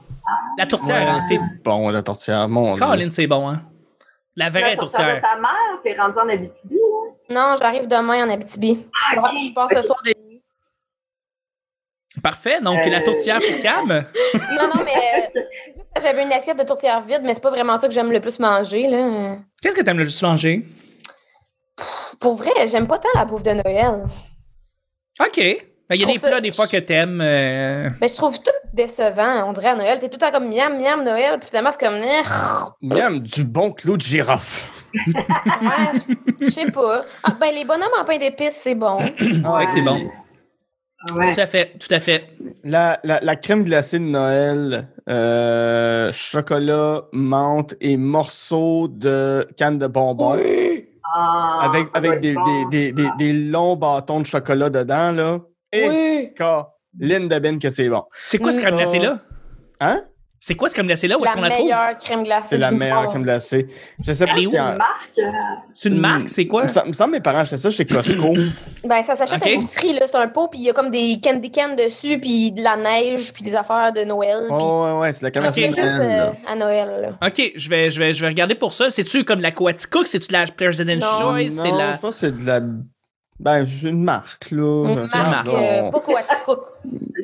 la tourtière. hein, c'est bon, la tortillère. Mon c'est- Dieu. Colin, c'est bon, hein? La vraie La tourtière de tourtière. ta mère, t'es rendu en Abitibi, hein? là. Non, j'arrive demain en Abitibi. Je pars, je pars ce soir de nuit. Parfait. Donc, Euh. la tourtière pour Cam. Non, non, mais *laughs* euh, j'avais une assiette de tourtière vide, mais c'est pas vraiment ça que j'aime le plus manger. Là. Qu'est-ce que t'aimes le plus manger? Pour vrai, j'aime pas tant la bouffe de Noël. OK. Ben, Il y a Je des trouve ça- plats, des fois, que t'aimes. euh, Mais Ben, je trouve tout décevant. On dirait à Noël, t'es tout le temps comme miam, miam, Noël. Puis finalement, c'est comme. eh, Miam, du bon clou de girafe. ouais, je- je sais pas. Ah, ben, les bonhommes en pain d'épices, c'est bon. Fait que c'est bon. Ouais. Tout à fait, tout à fait. La, la, la crème glacée de Noël, euh, chocolat, menthe et morceaux de canne de bonbons. Ah, avec ça doit avec être des, bon. des, des, des, des longs bâtons de chocolat dedans, là. Eh, Et Oui. Lynn de Ben que c'est bon. C'est quoi ce Mm. crème glacée là? Hein? C'est quoi ce crème glacée là? Ah, Où est-ce qu'on La la trouve? meilleure crème glacée. C'est la du meilleure monde. crème glacée. Je sais pas Elle est si... où, en- Marc, euh, C'est une Mm. marque, c'est Il quoi? me semble- il me semble que mes parents achetaient ça chez Costco. Ben, ça s'achète Ok. à l'épicerie, là. C'est un pot, puis il y a comme des candy can dessus, puis de la neige, puis des affaires de Noël. puis- oh, ouais, ouais, c'est la crème Ok, glacée C'est de juste Noël. euh, là. à Noël, là. Ok, je vais, je, vais, je vais regarder pour ça. C'est-tu comme l'Aquatico? C'est-tu la President's Non. Choice? C'est Non, la. je pense que c'est de la... Ben, c'est une marque, là. Une marque, euh, Non, pas Coaticook.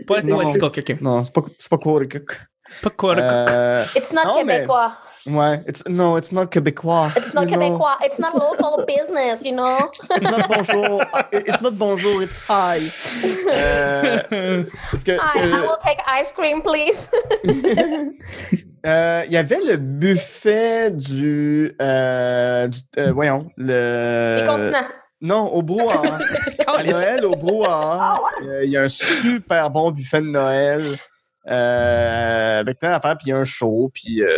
Pas Non. l'Aquatico, ok. ok. non c'est pas, c'est pas quoi, Pas quoi. Euh, It's not Non, québécois. ouais, it's, no, it's not québécois. It's not You know, québécois. It's not *laughs* local business, you know? It's not bonjour. It's not bonjour, it's hi. Euh, *laughs* parce que, parce I, I que- will take ice cream, please. Euh, Il y avait le buffet du. euh, du- euh, voyons, le. Les continents. Non, au brouhaha. à Calisse. Noël, au brouhaha, Ah euh, il y a un super bon buffet de Noël euh, avec plein d'affaires, puis il y a un show. Puis, euh,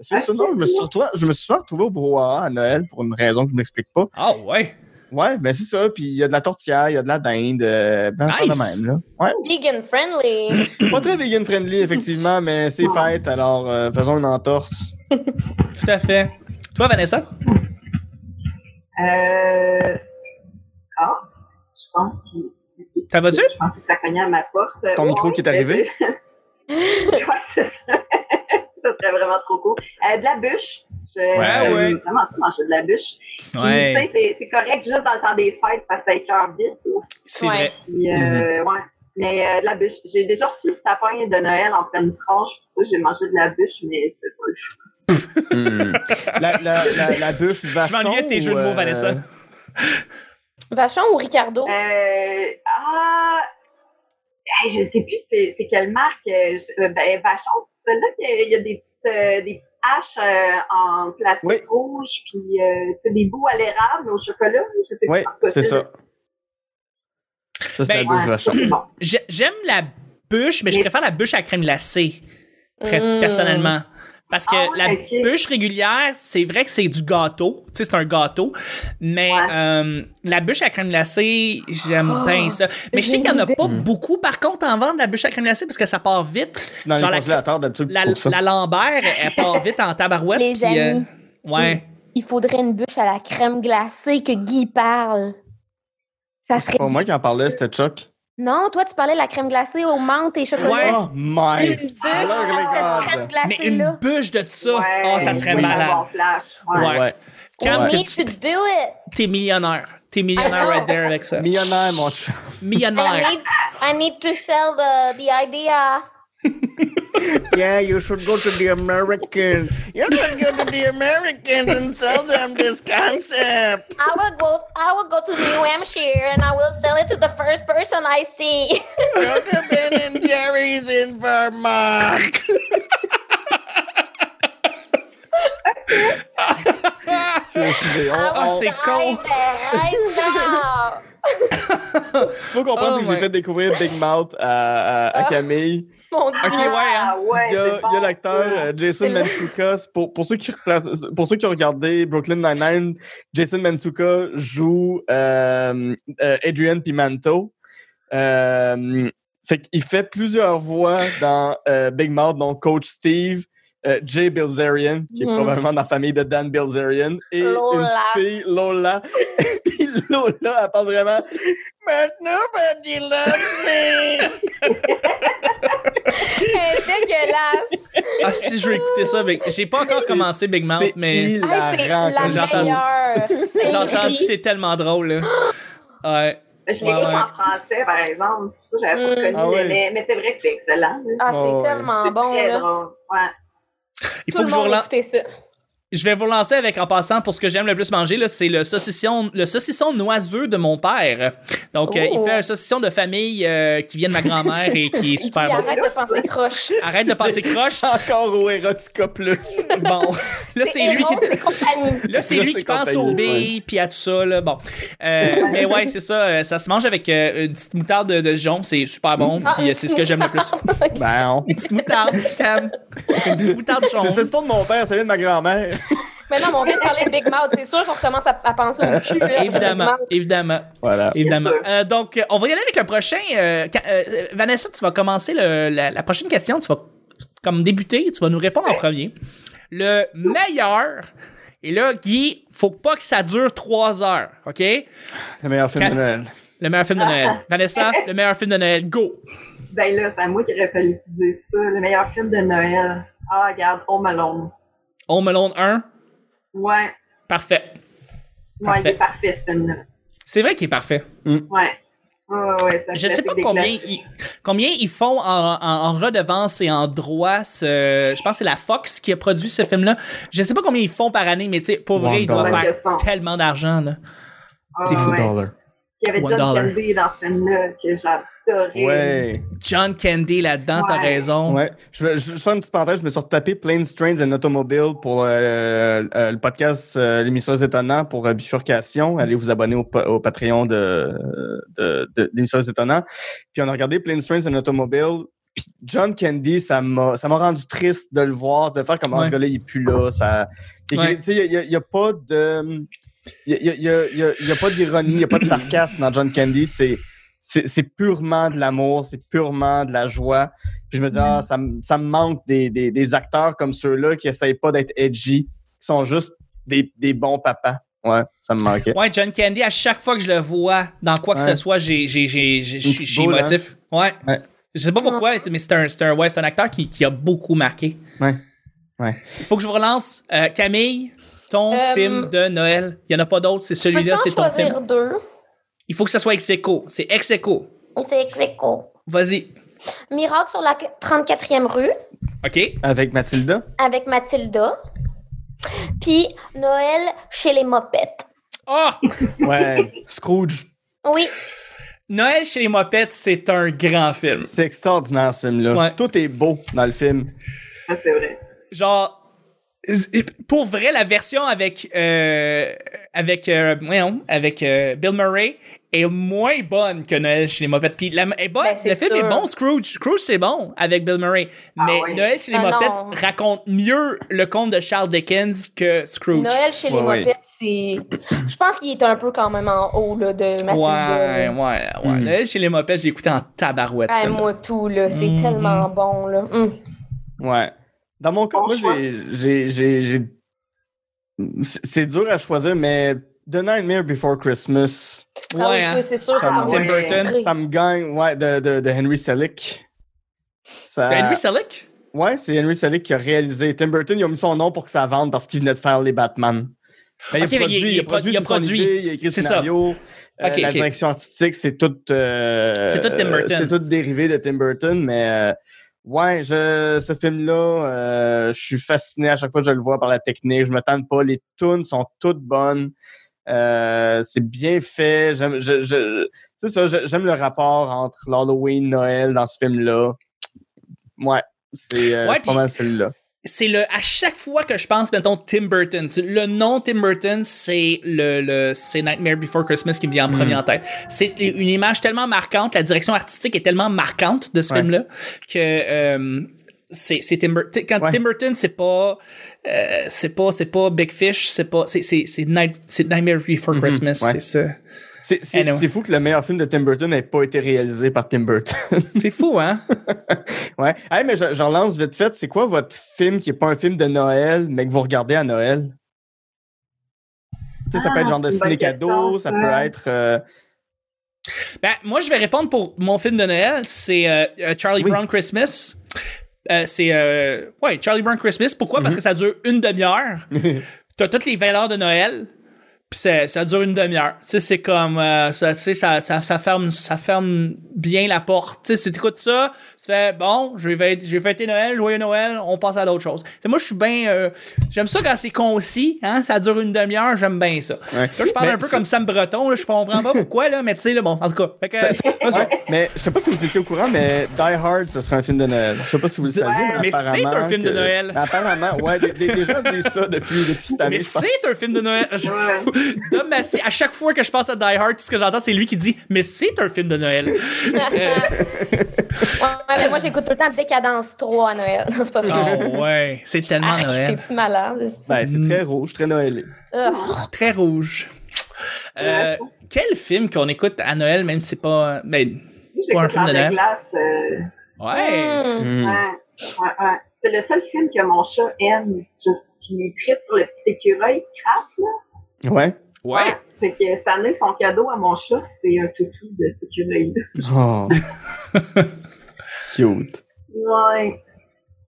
c'est Ah, ça, non, je me, suis retrouvé, je me suis souvent retrouvé au brouhaha à Noël pour une raison que je ne m'explique pas. Ah ouais. Ouais, mais c'est ça. Puis il y a de la tortilla, il y a de la dinde, euh, plein d'affaires de Nice. même. Là. Vegan friendly. Ouais. Pas très vegan friendly, effectivement, mais c'est fête, alors euh, faisons une entorse. Tout à fait. Toi, Vanessa? Euh... Ah, je pense qu'il... Ça va-tu? Je pense que ça cognait à ma porte. Ton Ouais, micro qui est mais- arrivé? ouais, c'est ça. *laughs* ça serait vraiment trop cool. Euh, de la bûche. Je, Ouais, ouais. j'aime Vraiment, ça, manger de la bûche. Puis, tu Ouais, sais, c'est- C'est correct juste dans le temps des fêtes parce que ça écœure vite. là. c'est Ouais. vrai. Puis, euh, Mm-hmm. ouais. Mais euh, de la bûche. J'ai déjà reçu le sapin de Noël en pleine tranche. Pour ça, j'ai mangé de la bûche, mais c'est pas le choix. Hmm. La, la, la, la bûche Je vachon. m'ennuyais de tes jeux de mots, ou, euh, Vanessa. Vachon ou Ricardo? Euh, ah, hey, je sais plus c'est c'est quelle marque. euh, je- euh, ben, Vachon, c'est là qu'il y a des petites, euh, des petites haches euh, en plastique Oui. rouge, puis euh, c'est des bouts à l'érable au chocolat. Je sais Oui, plus en tout cas, c'est ça. Ça, c'est Ben, la bouche *laughs* ouais. vachon. Bon. J'ai- J'aime la bûche, mais je Mais- préfère la bûche à crème glacée, pré- Mm. personnellement. Parce que Ah, la ok. bûche régulière, c'est vrai que c'est du gâteau. Tu sais, c'est un gâteau. Mais Ouais. Oh, euh, la bûche à crème glacée, j'aime Ah, bien ça. Mais je sais j'ai qu'il n'y en a une idée. pas beaucoup, par contre, en vente, la bûche à crème glacée, parce que ça part vite. Dans Genre les la- congélateurs, d'habitude, La, tu trouves ça. la Lambert, elle elle part vite en tabarouette. Les puis, euh, amis. ouais. Il faudrait une bûche à la crème glacée que Guy parle. Ça C'est serait. pas moi qui en parlais, c'était Chuck. Non, toi, tu parlais de la crème glacée aux menthes et chocolat. Ouais. Oh my! Une bûche à regarde. cette crème Mais une glacée-là. bûche de ça, Ouais. oh, ça serait Oui. malade. Bon flash, ouais. Ouais. Quand We que need tu- to do it. T'es millionnaire. T'es millionnaire Ah, right non. there avec ça. Millionnaire, mon chat. Millionnaire. I need, I need to sell the, the idea. Yeah, you should go to the American. You should go to the Americans and sell them this concept. I will go. I will go to New Hampshire and I will sell it to the first person I see. *laughs* Go to Ben and Jerry's in Vermont. *laughs* Excusez, on- Ah, on- c'est con. Right faut comprendre Oh c'est que j'ai my- fait découvrir Big Mouth à, à- à Ah. Camille. Mon *laughs* Ok, *laughs* Dieu. ouais, hein. Ah ouais, Il y a c'est bon, il y a l'acteur ça. euh, Jason C'est là. Mantzoukas. Pour, pour, ceux qui replacent- pour ceux qui ont regardé Brooklyn Nine-Nine, Jason Mantzoukas joue euh, euh, Adrian Pimanto. Euh, fait qu'il fait plusieurs voix dans euh, Big Mouth, donc Coach Steve, euh, Jay Bilzerian, qui est Mm. probablement dans la famille de Dan Bilzerian, et une Lola. petite fille, Lola. *laughs* Puis Lola, elle parle vraiment But nobody loves me! Elle est dégueulasse. Ah, si je veux écouter ça, Big- j'ai pas encore commencé Big Mouth, C'est mais hilarant Hey, c'est comme j'ai la entendu. meilleure. j'ai entendu, série. c'est tellement drôle. là. Ouais. Je l'ai Ouais, écouté ouais. en français, par exemple. Ça, j'avais pas Mm. reconnu, Ah ouais. mais, mais c'est vrai que c'est excellent. là. Ah, Oh, c'est ouais. tellement C'est bon très là. drôle. Ouais. Il Tout faut le que je vous monde relance. écoutez ça. Je vais vous lancer avec, en passant, pour ce que j'aime le plus manger, là, c'est le saucisson, le saucisson noiseux de mon père. Donc, euh, il Oh. fait un saucisson de famille euh, qui vient de ma grand-mère et qui est Guy, super bon. arrête de penser croche. Arrête de passer croche. Encore au Erotica Plus. *laughs* Bon, là, c'est lui qui. Eros et compagnie. Là, c'est Là, lui c'est qui pense aux compagnie, ouais. billes puis à tout ça. Là. Bon. Euh, mais ouais, c'est ça. euh, Ça se mange avec euh, une petite moutarde de, de Dijon. C'est super bon. Ah. Puis euh, c'est ce que j'aime le plus. Ben, Une petite moutarde, Cam. Une petite moutarde Dijon. c'est le ton de mon père, ça vient de ma grand-mère. Maintenant, on vient de parler de Big Mouth. C'est sûr qu'on recommence à, à penser au cul. là, après Big Évidemment, Mouth. évidemment, Voilà. évidemment. sûr. Euh, donc, euh, on va y aller avec le prochain. euh, ca- euh, euh, Vanessa, tu vas commencer le- la, la prochaine question. Tu vas comme débuter, tu vas nous répondre en premier. Le meilleur. Et là, Guy, faut pas que ça dure trois heures, OK? Le meilleur film Quatre. de Noël. Le meilleur film de Noël. Vanessa, le meilleur film de Noël. Go! Ben là, c'est à moi qui aurait fallu dire ça. Le meilleur film de Noël. Ah, regarde, Home Alone. Home Alone 1, Ouais, parfait. ouais, Parfait. il est parfait, ce film-là. C'est vrai qu'il est parfait. Ouais. Ouais, ouais, ça Je fait sais pas des combien classiques. ils, combien ils font en, en, en redevance et en droit. Ce, je pense que c'est la Fox qui a produit ce film-là. Je sais pas combien ils font par année, mais tu sais, pour vrai, ils doivent Wonder. faire tellement d'argent. là. Ah, C'est fou. ouais. Dollar. Il y avait One John dollar. Candy dans ce film-là que j'adorais. Ouais. John Candy là-dedans, t'as Ouais. raison. Ouais. Je vais je, je fais une petite parenthèse. Je me suis retapé Planes, Trains and Automobile pour euh, euh, le podcast euh, Les Mystères Étonnants pour euh, Mm. Bifurcation. Allez vous abonner au, pa- au Patreon de, de, de, des Mystères Étonnants. Puis on a regardé Planes, Trains and Automobile. Puis John Candy, ça m'a ça m'a rendu triste de le voir, de faire comme Ah, Ouais. ce gars-là, il pue là. Ça... Il Ouais. n'y a, pas de. Il n'y a, il y a- il y a- il y a pas d'ironie, il n'y a pas de sarcasme dans John Candy. C'est c'est c'est purement de l'amour, c'est purement de la joie. Puis je me dis, ah, ça, me- ça me manque des, des, des acteurs comme ceux-là qui essayent pas d'être edgy, qui sont juste des, des bons papas. Ouais, ça me manquait. Ouais, John Candy, à chaque fois que je le vois dans quoi que Ouais. ce soit, j'ai- j'ai- j'ai- j'ai- je suis petite je suis boule, hein. émotif. Ouais. Ouais. Je sais pas pourquoi, mais c'est un, c'est un, ouais, c'est un acteur qui, qui a beaucoup marqué. Ouais. Ouais. Il faut que je vous relance. Euh, Camille, ton Euh, film de Noël. Il y en a pas d'autre, c'est celui-là, Peux-tu c'est en ton film. choisir deux? Il faut que ça soit ex aequo. C'est ex aequo. C'est ex aequo. Vas-y. Miracle sur la 34e rue OK. Avec Mathilda. avec Mathilda. Puis Noël chez les mopettes. Oh! Ouais. Scrooge. Oui, Noël chez les Mopettes, c'est un grand film. C'est extraordinaire ce film-là. Ouais. Tout est beau dans le film. Ça, c'est vrai. genre pour vrai la version avec euh, avec euh, voyons, avec euh, Bill Murray est moins bonne que Noël chez les Mopettes. Puis la, est bonne, Ben, c'est le film sûr. est bon, Scrooge. Scrooge, c'est bon avec Bill Murray. Mais oui. Noël chez les Ah, Mopettes non. raconte mieux le conte de Charles Dickens que Scrooge. Noël chez les Ouais, ouais. mopettes, c'est. Je pense qu'il est un peu quand même en haut là, de Mathilda. ouais, ouais, là. ouais. Hmm. Noël chez les Mopettes, j'ai écouté en tabarouette. ce Ah, film-là. moi tout, là. C'est Mhm. tellement bon, là. Hum. Ouais. Dans mon cas, Bon moi, choix. j'ai- j'ai. j'ai- j'ai- C'est c'est dur à choisir, mais The Nightmare Before Christmas, Ah oui, ouais, hein. ça, c'est sûr, ça Comme t'en Tim va Burton. rentrer. ça me gagne, ouais, de, de, de Henry Selick. Ça- Ben, Henry Selick? Ouais, c'est Henry Selick qui a réalisé. Tim Burton, il a mis son nom pour que ça vende parce qu'il venait de faire les Batman. Ben, Ok, mais il- il- il a c'est son produit. idée, il a écrit le C'est ça. scénario. euh, Ok, la ok. direction artistique, c'est tout. euh, C'est tout Tim Burton. C'est tout dérivé de Tim Burton, mais euh, ouais, je, ce film-là, euh, je suis fasciné à chaque fois que je le vois par la technique. Je me tente pas. Les tunes sont toutes bonnes. Euh, c'est bien fait. J'aime, je- je- c'est ça, je- j'aime le rapport entre l'Halloween, Noël dans ce film-là. Ouais, c'est, euh, Ouais, c'est pas puis- mal celui-là. c'est le à chaque fois que je pense mettons Tim Burton tu- le nom Tim Burton c'est le, le c'est Nightmare Before Christmas qui me vient en premier en tête c'est une image tellement marquante la direction artistique est tellement marquante de ce Ouais. film là que euh, c'est c'est Tim Burton quand Ouais. Tim Burton c'est pas euh, c'est pas c'est pas Big Fish c'est pas c'est c'est c'est Night- c'est Nightmare Before Mhm, Christmas c'est ouais. ça C'est, c'est- Anyway. c'est fou que le meilleur film de Tim Burton n'ait pas été réalisé par Tim Burton. c'est fou hein ouais. Hey, mais je- j'en lance vite fait. C'est quoi votre film qui n'est pas un film de Noël, mais que vous regardez à Noël? Tu sais, ça peut Ah, être genre de c'est une bonne ciné cadeau, question, ça ça. peut être. euh, *laughs* Ben, moi, je vais répondre pour mon film de Noël. C'est euh, euh, Charlie Oui. Brown Christmas. Euh, c'est euh, ouais Charlie Brown Christmas pourquoi parce que ça dure une demi-heure t'as toutes les valeurs de Noël puis c'est- ça dure une demi-heure tu sais c'est comme euh, ça tu sais ça, ça, ça ferme ça ferme bien la porte tu sais c'est- t'écoutes ça tu fais bon je vais fêter- j'ai fêté Noël joyeux Noël on passe à d'autres choses C'est moi je suis bien euh, j'aime ça quand c'est concis hein ça dure une demi-heure j'aime bien ça Ouais. là je parle Mais un peu c'est- comme Sam Breton là, je comprends pas pourquoi là mais tu sais là bon en tout cas fait que- euh, Ça- ça- ouais, mais je sais pas si vous étiez au courant, mais Die Hard, ce serait un film de Noël. Je sais pas si vous le saviez. Ouais, mais c'est apparemment un film de que- Noël. mais apparemment, ouais, des, des- *laughs* des gens disent ça depuis, depuis cette année. Mais je pense. c'est un film de Noël. Je- Ouais. Dom Massy, à chaque fois que je passe à Die Hard, tout ce que j'entends, c'est lui qui dit Mais c'est un film de Noël. Euh, *laughs* Ouais, mais moi, j'écoute tout le temps Décadence 3 à Noël. Non, c'est pas Ah vrai. oh, ouais. C'est tellement Ah, Noël. J'étais-tu malade? Ah, Ben, c'est Mm. très rouge, très noëlé. Ugh. Très rouge. Euh, quel film qu'on écoute à Noël, même si c'est pas. Ben, J'écoute Pour un film de Dans Noël. la glace, euh, ouais. Hmm. ouais, ouais, ouais. C'est le seul film que mon chat aime, juste qu'il est triste sur le petit écureuil qui crasse, là. Ouais. Ouais. Fait que cette année, son cadeau à mon chat, c'est un toutou de cet écureuil-là. *laughs* Oh. Cute. Ouais.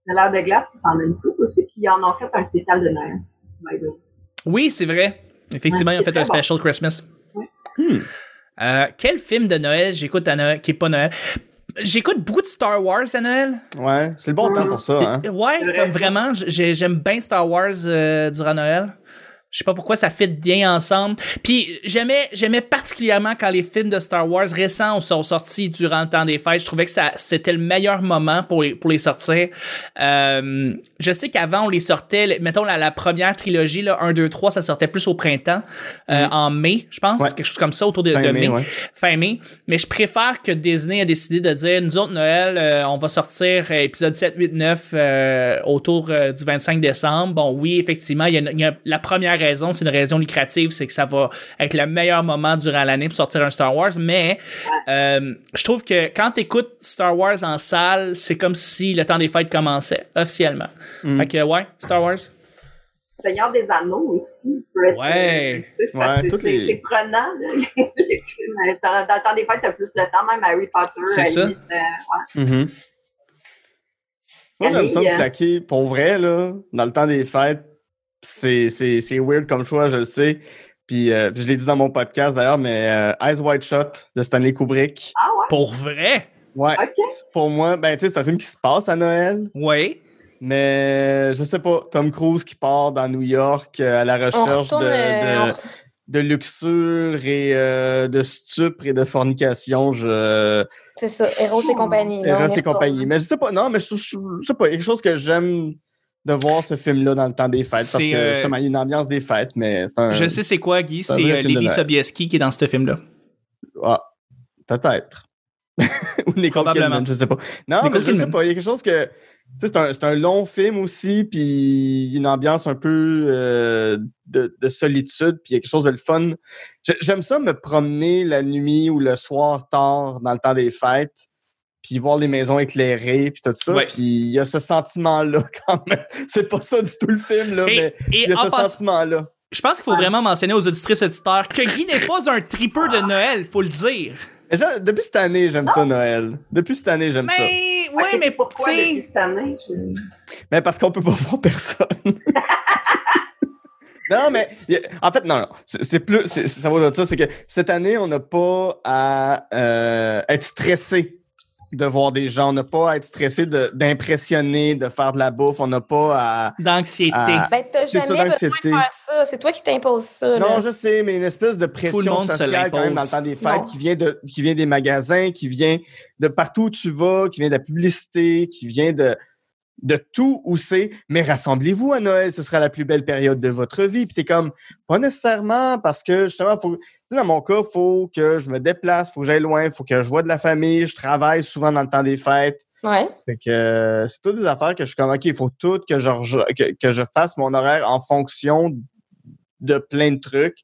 De l'air de glace, ils en a une coupe aussi, puis ils en ont fait un spécial de Noël. My God. Oui, c'est vrai. Effectivement, Ouais, ils ont fait c'est un très special Christmas. Hmm. Euh, quel film de Noël j'écoute à Noël qui est pas Noël J'écoute beaucoup de Star Wars à Noël. Ouais, c'est le bon temps pour ça, hein? Ouais, C'est vrai. comme vraiment, j'ai- j'aime bien Star Wars euh, durant Noël. Je sais pas pourquoi ça fit bien ensemble. Puis j'aimais, j'aimais particulièrement quand les films de Star Wars récents sont sortis durant le temps des fêtes. Je trouvais que ça, c'était le meilleur moment pour les, pour les sortir. Euh, je sais qu'avant, on les sortait, mettons la, la première trilogie, là, 1, 2, 3, ça sortait plus au printemps, euh, en mai, je pense, Mm. Ouais. quelque chose comme ça, autour de, Fin de mai, mai ouais. fin mai. Mais je préfère que Disney a décidé de dire, nous autres, Noël, euh, on va sortir euh, épisode 7, 8, 9 euh, autour euh, du 25 décembre. Bon, oui, effectivement, il y a une- il y a- la première raison, c'est une raison lucrative, c'est que ça va être le meilleur moment durant l'année pour sortir un Star Wars. Mais euh, je trouve que quand tu écoutes Star Wars en salle, c'est comme si le temps des fêtes commençait officiellement. Mm. Fait que, ouais, Star Wars. Seigneur des Anneaux aussi. peut être- Ouais. c'est- parce Ouais, que toutes c'est les- c'est prenant. là, *laughs* les films. euh, Dans dans le temps des fêtes, t'as plus le temps, même Harry Potter. C'est à ça. limite, euh, ouais. Mhm. Moi, j'aime ça me Camille, euh, claquer. Pour vrai, là, dans le temps des fêtes, c'est c'est- c'est weird comme choix, je le sais. Puis, euh, puis je l'ai dit dans mon podcast d'ailleurs, mais euh, Eyes Wide Shut de Stanley Kubrick. Ah ouais, Pour vrai? Ouais. ok. Pour moi, ben tu sais, c'est un film qui se passe à Noël, Oui. mais je sais pas, Tom Cruise qui part dans New York euh, à la On recherche retourne. de, euh, de, on re- de luxure et euh, de stupre et de fornication. Je, C'est ça, Héros et compagnie. là, Eros on y et retourne. compagnie. Mais je sais pas, non, mais je, je- je sais pas, quelque chose que j'aime de voir ce film-là dans le temps des fêtes. Parce C'est, que euh, justement, il y a une ambiance des fêtes, mais c'est un. Je sais c'est quoi, Guy. c'est un C'est vrai euh, film de Levi Noël. Sobieski qui est dans ce film-là. Ah, peut-être. *laughs* Ou Nicole Probablement. Kidman, je sais pas. Non, Nicole mais je sais Kidman. pas, il y a quelque chose que. Tu sais, c'est un, c'est un long film aussi, puis il y a une ambiance un peu euh, de, de solitude, puis il y a quelque chose de le fun. J'ai- J'aime ça me promener la nuit ou le soir tard dans le temps des fêtes, puis voir les maisons éclairées, puis tout ça. Ouais. Puis il y a ce sentiment-là *laughs* quand même. C'est pas ça du tout le film, là, Et, mais et il y a en ce passant- sentiment-là. Je pense qu'il faut vraiment mentionner aux auditrices auditeurs que Guy n'est pas un tripeur de Noël, faut le dire. Mais j'a- Depuis cette année, j'aime ça, Noël. Depuis cette année, j'aime ça. Mais oui, Ok, mais pourquoi tu sais, depuis cette année? je- Mais parce qu'on peut pas *laughs* voir personne. non, mais y a- en fait, non, non. C'est c'est plus. c'est- Ça va de ça, c'est que cette année, on n'a pas à euh, être stressé de voir des gens. On n'a pas à être stressé de- d'impressionner, de, faire de la bouffe. On n'a pas à. d'anxiété. à- Ben, t'as C'est ça, jamais besoin de d'anxiété. faire ça. C'est toi qui t'imposes ça. là. Non, je sais, mais une espèce de pression Tout le monde se sociale quand même dans le l'impose. temps des fêtes Non. qui vient, de, qui vient des magasins, qui vient de partout où tu vas, qui vient de la publicité, qui vient de, de tout où c'est. Mais rassemblez-vous à Noël, ce sera la plus belle période de votre vie. Puis t'es comme, pas nécessairement, parce que justement, faut, tu sais, dans mon cas, faut que je me déplace, faut que j'aille loin, faut que je vois de la famille, je travaille souvent dans le temps des fêtes. Ouais. Fait que euh, c'est toutes des affaires que je suis comme, OK, il faut toutes que je, rejo- que, que je fasse mon horaire en fonction de plein de trucs.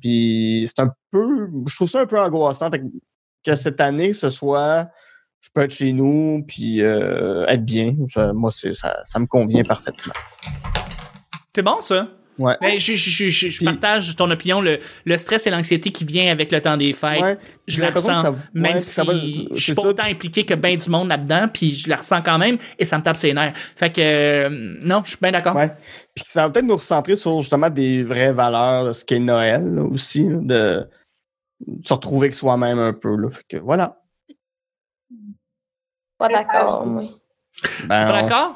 Puis c'est un peu, je trouve ça un peu angoissant. Fait que, que cette année, ce soit, je peux être chez nous, puis euh, être bien. Ça- moi, c'est, ça, ça me convient parfaitement. C'est bon ça. Ouais. Ben, je je- je- je- je Puis- partage ton opinion. Le, le stress et l'anxiété qui vient avec le temps des fêtes, Ouais, je j'ai la l'impression que ressens. ça- ouais, Même que si ça va- je suis c'est pas ça. autant impliqué que ben du monde là-dedans, puis je la ressens quand même et ça me tape ses nerfs. Fait que euh, non, je suis bien d'accord. Ouais. Puis ça va peut-être nous recentrer sur justement des vraies valeurs, là, ce qu'est Noël là, aussi, là, de se retrouver avec soi-même un peu. Là. Fait que voilà. Pas d'accord, moi. Ben, Pas on- d'accord?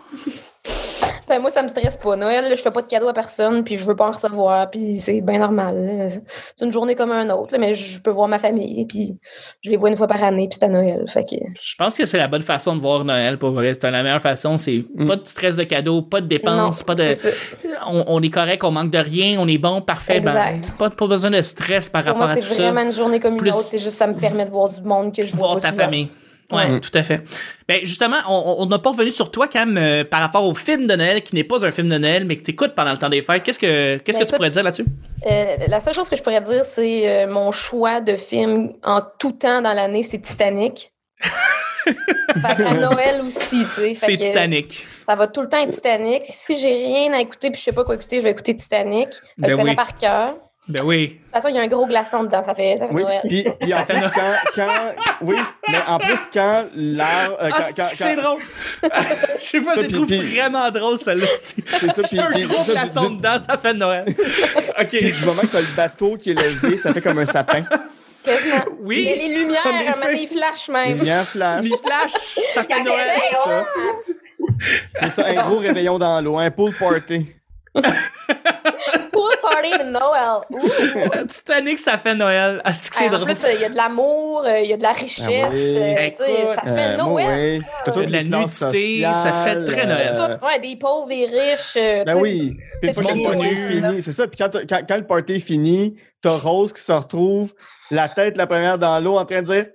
Ben, moi, ça me stresse pas. Noël, je fais pas de cadeaux à personne, puis je veux pas en recevoir, puis c'est bien normal. là. C'est une journée comme un autre, là, mais je peux voir ma famille, puis je les vois une fois par année, puis c'est à Noël. Fait que... Je pense que c'est la bonne façon de voir Noël pour vrai. C'est la meilleure façon. C'est Mm. pas de stress de cadeaux, pas de dépenses, non, pas de. c'est ça. on, on est correct, on manque de rien, on est bon, parfait. Ben, Exact. pas, pas besoin de stress par Pour rapport moi, à c'est tout ça. vraiment une journée comme une Plus- autre. C'est juste ça me permet de voir du monde que je vois. Voir pas ta souvent. famille. Ouais, Ouais. tout à fait. Ben justement, on on- on n'a pas revenu sur toi, Cam, euh, par rapport au film de Noël qui n'est pas un film de Noël, mais que t'écoutes pendant le temps des fêtes. Qu'est-ce que qu'est-ce que Ben, tu écoute- pourrais dire là-dessus Euh, la seule chose que je pourrais dire, c'est euh, mon choix de film en tout temps dans l'année, *laughs* c'est Titanic. fait à Noël aussi, tu sais. Fait C'est que Titanic. Ça va tout le temps être Titanic. Si j'ai rien à écouter puis je sais pas quoi écouter, je vais écouter Titanic. Je Ben le connais oui. par cœur. De Ben oui. toute façon, il y a un gros glaçon dedans, ça fait, ça fait Oui, Noël. puis, puis en fait plus, Noël. quand, quand- Oui, mais en plus, quand l'art. euh, Ah, quand- quand- c'est- c'est quand- *laughs* drôle. Je sais pas, je le Puis- trouve puis- vraiment drôle celle-là. c'est ça, *laughs* puis- Un puis- gros ça, du- glaçon du- dedans, ça fait Noël. *laughs* OK. puis du moment que t'as le bateau qui est levé, ça fait comme un sapin. Quasiment. Oui. Il y a les lumières, En un moment effet. donné, ils flashent même. *laughs* Lumière flash, Les flashs, ça fait Noël. ça. C'est ça, un gros réveillon dans l'eau, un pool party. Pour le party de Noël. Ouh. Titanic, ça fait Noël. Ah, c'est que c'est Hey, en drôle. plus, il y a de l'amour, euh, il y a de la richesse. Ah oui. euh, tu sais, ça Écoute, fait Euh, Noël. Noël. T'as De toute la les classes nudité, ça fait très sociales, Noël. euh, Tout, ouais, des pauvres, des riches. Ben euh, tu sais, oui. Puis c'est une fois tout que le le party monde, est fini, c'est ça. Puis quand, t'as- quand- quand le party est fini, t'as Rose qui se retrouve la tête la première dans l'eau en train de dire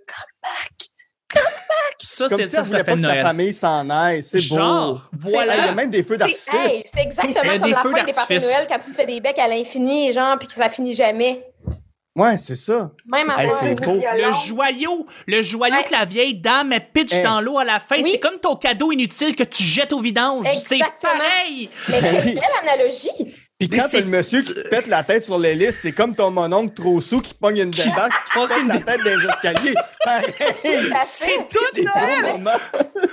Ça, comme c'est si elle ça, voulait ça fait pas que sa Noël. famille s'en aille. C'est beau. Genre, Hein? Hey, Il y voilà. a même des feux C'est hey, d'artifice. c'est exactement Mais comme des la feux fin des parties de d'artifice. Noël quand tu te fais des becs à l'infini, genre, puis que ça finit jamais. Ouais, c'est ça. Même Hey, avant. c'est beau. Le joyau, le joyau Ouais. que la vieille dame elle pitch Hey. dans l'eau à la fin, Oui. c'est comme ton cadeau inutile que tu jettes au vidange. C'est Exactement. pareil. Mais Oui. *laughs* quelle belle analogie! Puis Mais quand c'est- t'as le monsieur qui se pète la tête sur l'hélice, c'est comme ton mononcle trop sous qui pogne une débarque qui se pogne pète une la tête des escaliers. Hey, Ça *laughs* C'est fait. tout des Noël. beaux moments.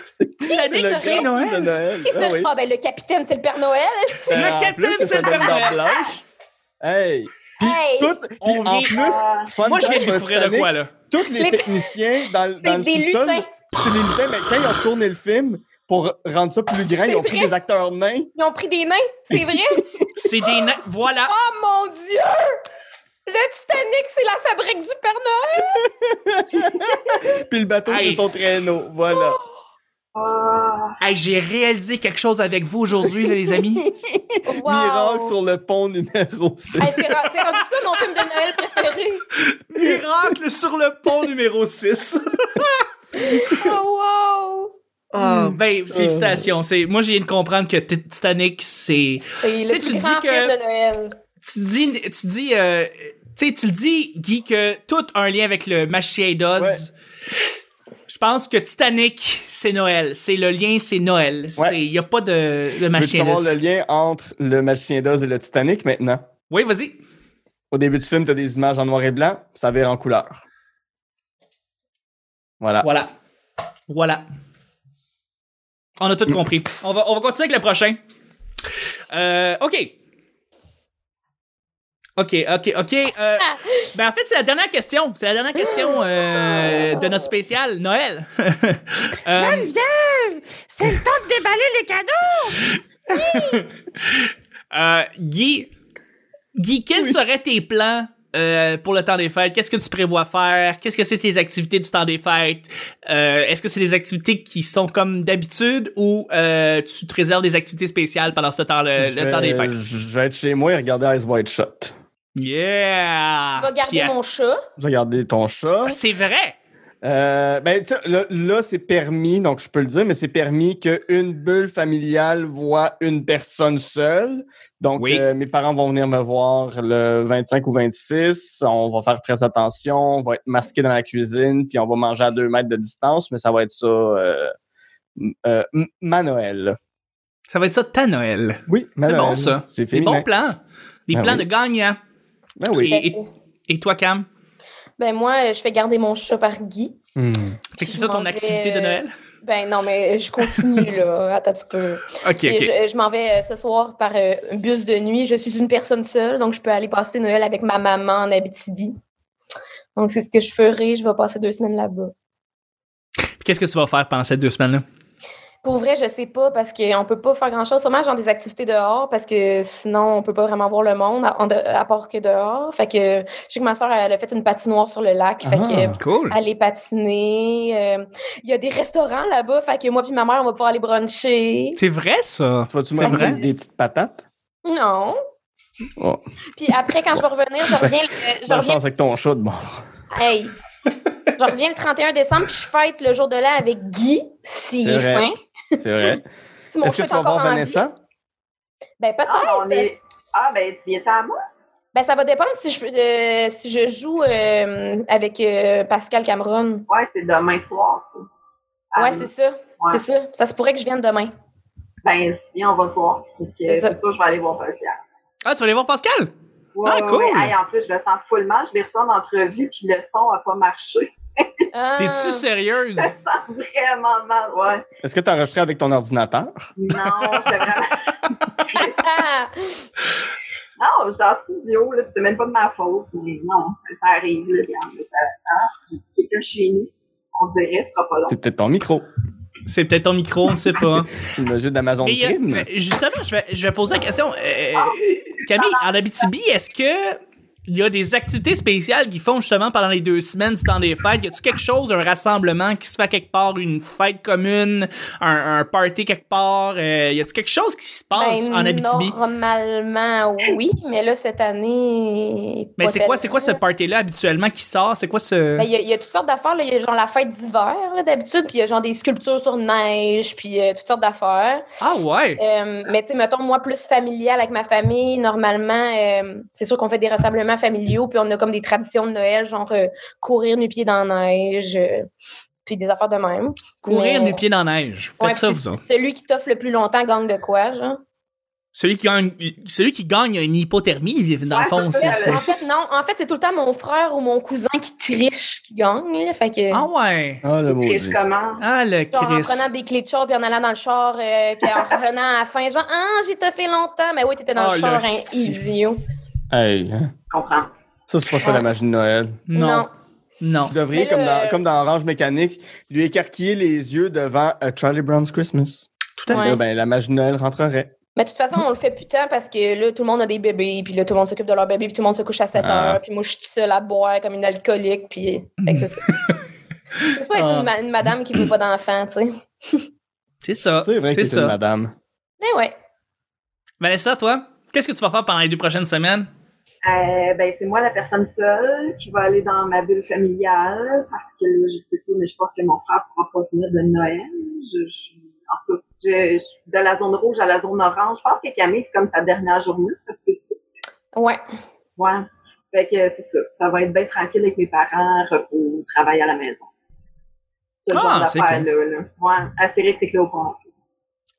C'est Titanic, le c'est grand Noël. de Noël. Qui se- Ah oui. Ah, ben le capitaine, c'est le Père Noël. Le Ben, en capitaine, plus, c'est ça le donne Père barbe Noël. blanche. Hey! Puis Hey! tout, puis On en vient- Ah. plus, fun Moi, je viens fact de sur découvrir de Titanic, quoi, là. Tous les Les- techniciens dans, dans le des sous-sol, lutins. c'est des lutins, mais quand ils ont tourné le film, pour rendre ça plus grand, ils ont pris vrai. des acteurs nains. Ils ont pris des nains, c'est vrai? C'est des nains. Voilà. oh mon Dieu! Le Titanic, c'est la fabrique du Père Noël! Puis le bateau, Hey. Oh, c'est son traîneau. Voilà. Ah. Hey, J'ai réalisé quelque chose avec vous aujourd'hui, là, les amis. *laughs* Wow. Miracle sur le pont numéro 6. Hey, c'est ra- c'est rendu ça mon film de Noël préféré. Miracle sur le pont numéro 6. Oh, wow! Ah, ben, félicitations. C'est- Moi, je viens de comprendre que Ti- Titanic, c'est. C'est le Tu sais, tu plus grand dis que- film de Noël. Tu dis. Tu dis. euh, tu sais, tu le dis, Guy, que tout a un lien avec le Machia d'Oz. Je pense que Titanic, c'est Noël. C'est le lien, c'est Noël. Il Ouais. n'y a pas de, de Veux-tu Machia savoir d'Oz. le lien entre le magicien d'Oz et le Titanic maintenant? Oui, vas-y. Au début du film, t'as des images en noir et blanc, ça vire en couleur. Voilà. Voilà. Voilà. On a Mm. tout compris. On va, on va continuer avec le prochain. Euh, OK. OK, OK, OK. euh, ben en fait, c'est la dernière question. C'est la dernière question euh, de notre spécial Noël. *laughs* Euh, Geneviève, c'est le temps de déballer les cadeaux. euh, Guy, Guy, quels seraient tes plans euh, pour le temps des fêtes? Qu'est-ce que tu prévois faire? Qu'est-ce que c'est tes activités du temps des fêtes? Euh, Est-ce que c'est des activités qui sont comme d'habitude ou euh, tu te réserves des activités spéciales pendant ce temps, Euh, le, Je le vais- temps des fêtes? Je je vais être chez moi et regarder Ice White Shot. Yeah! Je vais garder Ah, Pierre. mon chat. Je vais regarder ton chat. Ah, C'est vrai! Euh, ben, tu sais, là, là, c'est permis, donc je peux le dire, mais c'est permis qu'une bulle familiale voit une personne seule. Donc, Oui. euh, mes parents vont venir me voir le 25 ou 26. On va faire très attention. On va être masqué dans la cuisine, puis on va manger à deux mètres de distance, mais ça va être ça, euh, m- euh, m- ma Noël. Ça va être ça ta Noël. Oui, ma C'est Noël. bon, ça. C'est Des féminin. bons plans. Des Ah plans de oui. gagnants. Ben oui. Et, et- et toi, Cam? Ben moi, je fais garder mon chat par Guy. Hmm. Fait que c'est Je ça ton m'en vais- activité de Noël? Ben non, mais je continue là. Attends un petit peu. OK, Et OK. Je, je m'en vais euh, ce soir par euh, un bus de nuit. Je suis une personne seule, donc je peux aller passer Noël avec ma maman en Abitibi. Donc c'est ce que je ferai. Je vais passer deux semaines là-bas. Puis Qu'est-ce que tu vas faire pendant ces deux semaines-là? Pour vrai, je sais pas parce qu'on peut pas faire grand-chose. Sûrement genre des activités dehors parce que sinon on peut pas vraiment voir le monde à, en de- à part que dehors. Fait que je sais que ma soeur elle a fait une patinoire sur le lac. Fait que Ah. Cool. aller patiner. euh, Il y a des restaurants là-bas, fait que moi puis ma mère, on va pouvoir aller bruncher. C'est vrai, ça. Tu vas-tu C'est me ramener vrai? des petites patates? Non. Oh. Puis après, quand je vais revenir, je reviens, le, je Bonne reviens, chance avec ton chat de bord. hey, je reviens le 31 décembre, puis je fête le jour de l'an avec Guy, s'il C'est est vrai. fin. C'est vrai. Si *laughs* mon Est-ce que chat tu est vas encore voir en vie, Vanessa? Ben peut-être. Ah, on est... ah, ben, tu viens à moi? Ben ça va dépendre si je, euh, si je joue euh, avec euh, Pascal Cameron. Ouais, c'est demain soir, ça. Ah, ouais, c'est ça. ouais. C'est ça. Ça se pourrait que je vienne demain. Ben, viens, on va le voir. Parce que C'est C'est ça. ça, je vais aller voir Pascal. Ah, tu vas aller voir Pascal? Ouais, Ah, ouais, cool. ouais. Hey, en plus, je le sens full mal. Je l'ai reçu en entrevue, puis le son n'a pas marché. *laughs* Ah. T'es-tu *laughs* sérieuse? Ça sent vraiment mal, ouais. Est-ce que tu as enregistré avec ton ordinateur? Non, c'est vraiment... *laughs* Ah! Non, j'ai en studio, là, c'est même pas de ma faute. Mais non, ça arrive, là, regarde, là, ça- hein, j'ai quelqu'un chez nous. On dirait, ce sera pas long. C'est peut-être ton micro. *laughs* C'est peut-être ton micro, on ne sait pas. C'est le jeu d'Amazon Mais, euh, Prime. mais justement, je vais, je vais poser la question. Euh, Camille, en Abitibi, est-ce que il y a des activités spéciales qu'ils font justement pendant les deux semaines du temps des fêtes? Y a-tu quelque chose, un rassemblement qui se fait quelque part, une fête commune, un, un party quelque part? Euh, y a-tu quelque chose qui se passe Ben, en Abitibi? Normalement, oui, mais là, cette année. Mais pas c'est quoi, tellement. c'est quoi ce party-là habituellement qui sort? C'est quoi ce. Ben, Il y, a- il y a toutes sortes d'affaires. là. Il y a genre la fête d'hiver là, d'habitude, puis il y a genre des sculptures sur neige, puis euh, toutes sortes d'affaires. ah ouais! Euh, mais tu sais, mettons, moi, plus familial avec ma famille, normalement, euh, c'est sûr qu'on fait des rassemblements familiaux, puis on a comme des traditions de Noël, genre euh, courir nu pieds dans la neige, euh, puis des affaires de même. Courir mais- du pied dans la neige. Faites Ouais, ça, puis vous autres. Celui qui t'offre le plus longtemps gagne de quoi, genre? Celui qui gagne, celui qui gagne a une hypothermie, dans le Ouais, fond. c'est c'est- ça, c'est- mais En fait, non, en fait, c'est tout le temps mon frère ou mon cousin qui triche, qui gagne. là. Fait que, Ah ouais! Ah, le Chris, maudit. comment? Ah le genre, en Christ! prenant des clés de char, puis en allant dans le char, euh, puis en revenant à la fin, genre, ah, j'ai toffé longtemps. Mais oui, t'étais dans Ah, le char, le hein, sti- idiot. Hey, hein. Je comprends. ça, c'est pas ça la magie de Noël. Non. Non. Vous devriez, Mais comme, là, dans, euh, comme dans Orange Mécanique, lui écarquiller les yeux devant euh, Charlie Brown's Christmas. Tout à Ouais. fait. Là, ben, la magie de Noël rentrerait. Mais de toute façon, on le fait putain parce que là, tout le monde a des bébés, puis là, tout le monde s'occupe de leur bébé, puis tout le monde se couche à 7 Ah. heures, puis moi, je suis toute seule à boire comme une alcoolique, puis. euh, Mm. Fait que *laughs* c'est ça. C'est ça être Ah. une, ma- une madame qui veut pas d'enfant, tu sais. C'est ça. C'est vrai que C'est c'est une ça. madame. Mais ouais. Vanessa, toi, qu'est-ce que tu vas faire pendant les deux prochaines semaines? Euh, ben, c'est moi la personne seule qui va aller dans ma bulle familiale parce que je sais pas, mais je pense que mon frère pourra pas venir de Noël. Je, je, en tout cas, je, je suis de la zone rouge à la zone orange. Je pense que Camille, c'est comme sa dernière journée. Parce que, Ouais. *laughs* ouais. Fait que euh, c'est ça. Ça va être bien tranquille avec mes parents, repos, travail à la maison. Ce Ah, genre c'est d'affaires-là, là. Ouais. Astérix et Cléopâtre.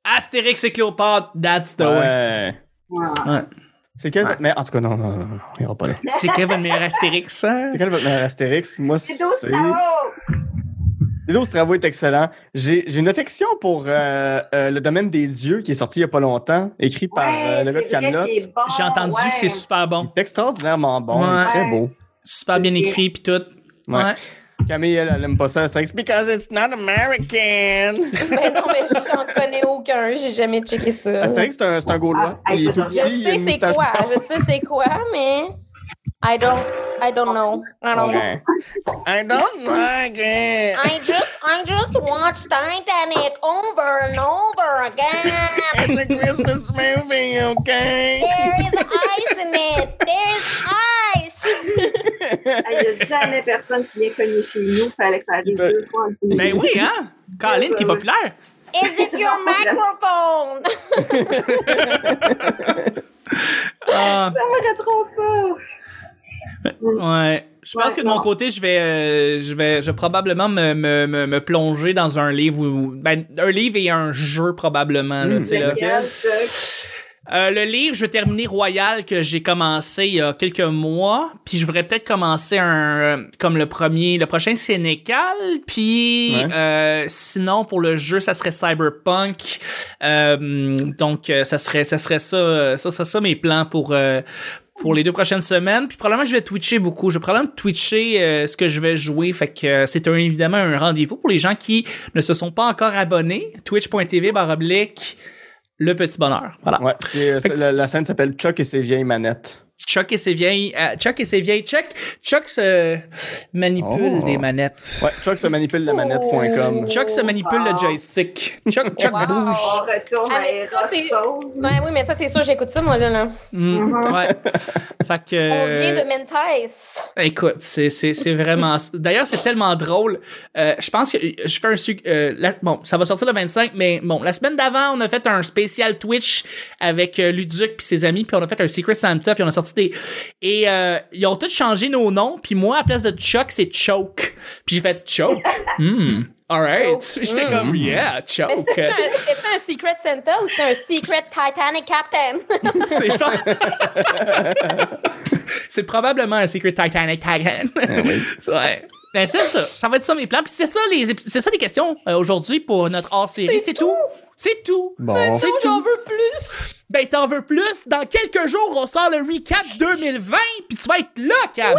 Astérix et Cléopâtre, that's the way. Ouais. Ouais. C'est quel... Ouais. Mais en tout cas, non, non, non, non, on ira pas là. C'est quoi votre meilleur *laughs* Astérix? hein? C'est quel votre meilleur Astérix? Moi, C'est c'est... d'autres travaux! Les 12 travaux est excellent. J'ai j'ai une affection pour euh, euh, le domaine des dieux qui est sorti il n'y a pas longtemps, écrit par euh, le gars de Camelot. J'ai entendu que c'est super bon. Extraordinairement bon, Ouais. très beau. Super bien écrit puis tout. Ouais. Ouais. Camille, elle, elle aime pas ça, Astérix, because it's not American. Mais Ben non, mais j'en connais aucun, j'ai jamais checké ça. Astérix, Ah, c'est un, c'est un Gaulois. Ah, Il est tout je Je petit, il a sais une c'est moustache quoi, blanche. je sais c'est quoi, mais. I don't. I don't know. I don't know. Ouais. I don't like it. I just, I just watched Titanic over and over again. It's a Christmas movie, okay? There is ice in it. There is ice. Ah, Il n'y a jamais personne qui vient cogner chez nous. fallait que ça arrive Ben- deux fois. en dix Ben minutes. oui, hein? Colin, t'es populaire. Is it your microphone? Ah, Ça m'aurait trop peur. ouais. Je pense Ouais, que de mon non. côté, je vais, euh, je vais, je vais probablement me, me, me, me plonger dans un livre ou ben, un livre et un jeu probablement. Là, Mm. tu sais, là. Lequel, ça? Euh, le livre, je vais terminer Royal que j'ai commencé il y a quelques mois, puis je voudrais peut-être commencer un euh, comme le premier, le prochain Sénécal, puis Ouais. euh, sinon pour le jeu, ça serait Cyberpunk. Euh, donc euh, ça serait ça serait ça euh, ça ça, ça mes plans pour euh, pour les deux prochaines semaines. Puis probablement je vais twitcher beaucoup. Je vais probablement twitcher euh, ce que je vais jouer. Fait que euh, c'est un, évidemment un rendez-vous pour les gens qui ne se sont pas encore abonnés. Twitch.tv barre oblique, le petit bonheur. Voilà. Ouais, c'est, euh, c'est- la, la chaîne s'appelle Chuck et ses vieilles manettes. Chuck et ses vieilles. euh, Chuck et ses vieilles. Chuck, Chuck se manipule Oh. des manettes. Ouais, Chuck se manipule la Oh. manette.com. Chuck se manipule le Wow. joystick. Chuck, Chuck Wow. bouge. On retourne Ah, à mais ça, c'est- Eros Rose. Ouais, Ben oui, mais ça, c'est sûr, j'écoute ça, moi, là. là. *laughs* Mm, ouais. Fait que. On vient euh, de Menteis. Écoute, c'est, c'est, c'est vraiment. D'ailleurs, c'est tellement drôle. Euh, je pense que je fais un. su- euh, la- bon, ça va sortir le 25, mais bon, la semaine d'avant, on a fait un spécial Twitch avec euh, Luduc puis ses amis, puis on a fait un Secret Santa, puis on a sorti des. Et euh, ils ont tous changé nos noms, puis moi, à place de Chuck, c'est Choke. Puis j'ai fait *laughs* Choke. Hmm. Alright. Choke. J'étais Mm. comme, yeah, Mais Choke. c'était-tu un, c'était-tu un Secret Santa ou c'était un Secret Titanic Captain? *laughs* *laughs* C'est, je pense- c'est probablement un Secret Titanic Titan. *laughs* ouais. Ben, c'est ça. Ça va être ça mes plans. Puis c'est ça les, ép- c'est ça les questions euh, aujourd'hui pour notre hors série. C'est tout. C'est tout. Ben, Bon. C'est Non, j'en tout. veux plus. Ben, t'en veux plus? Dans quelques jours, on sort le recap 2020. Puis tu vas être là, Cam.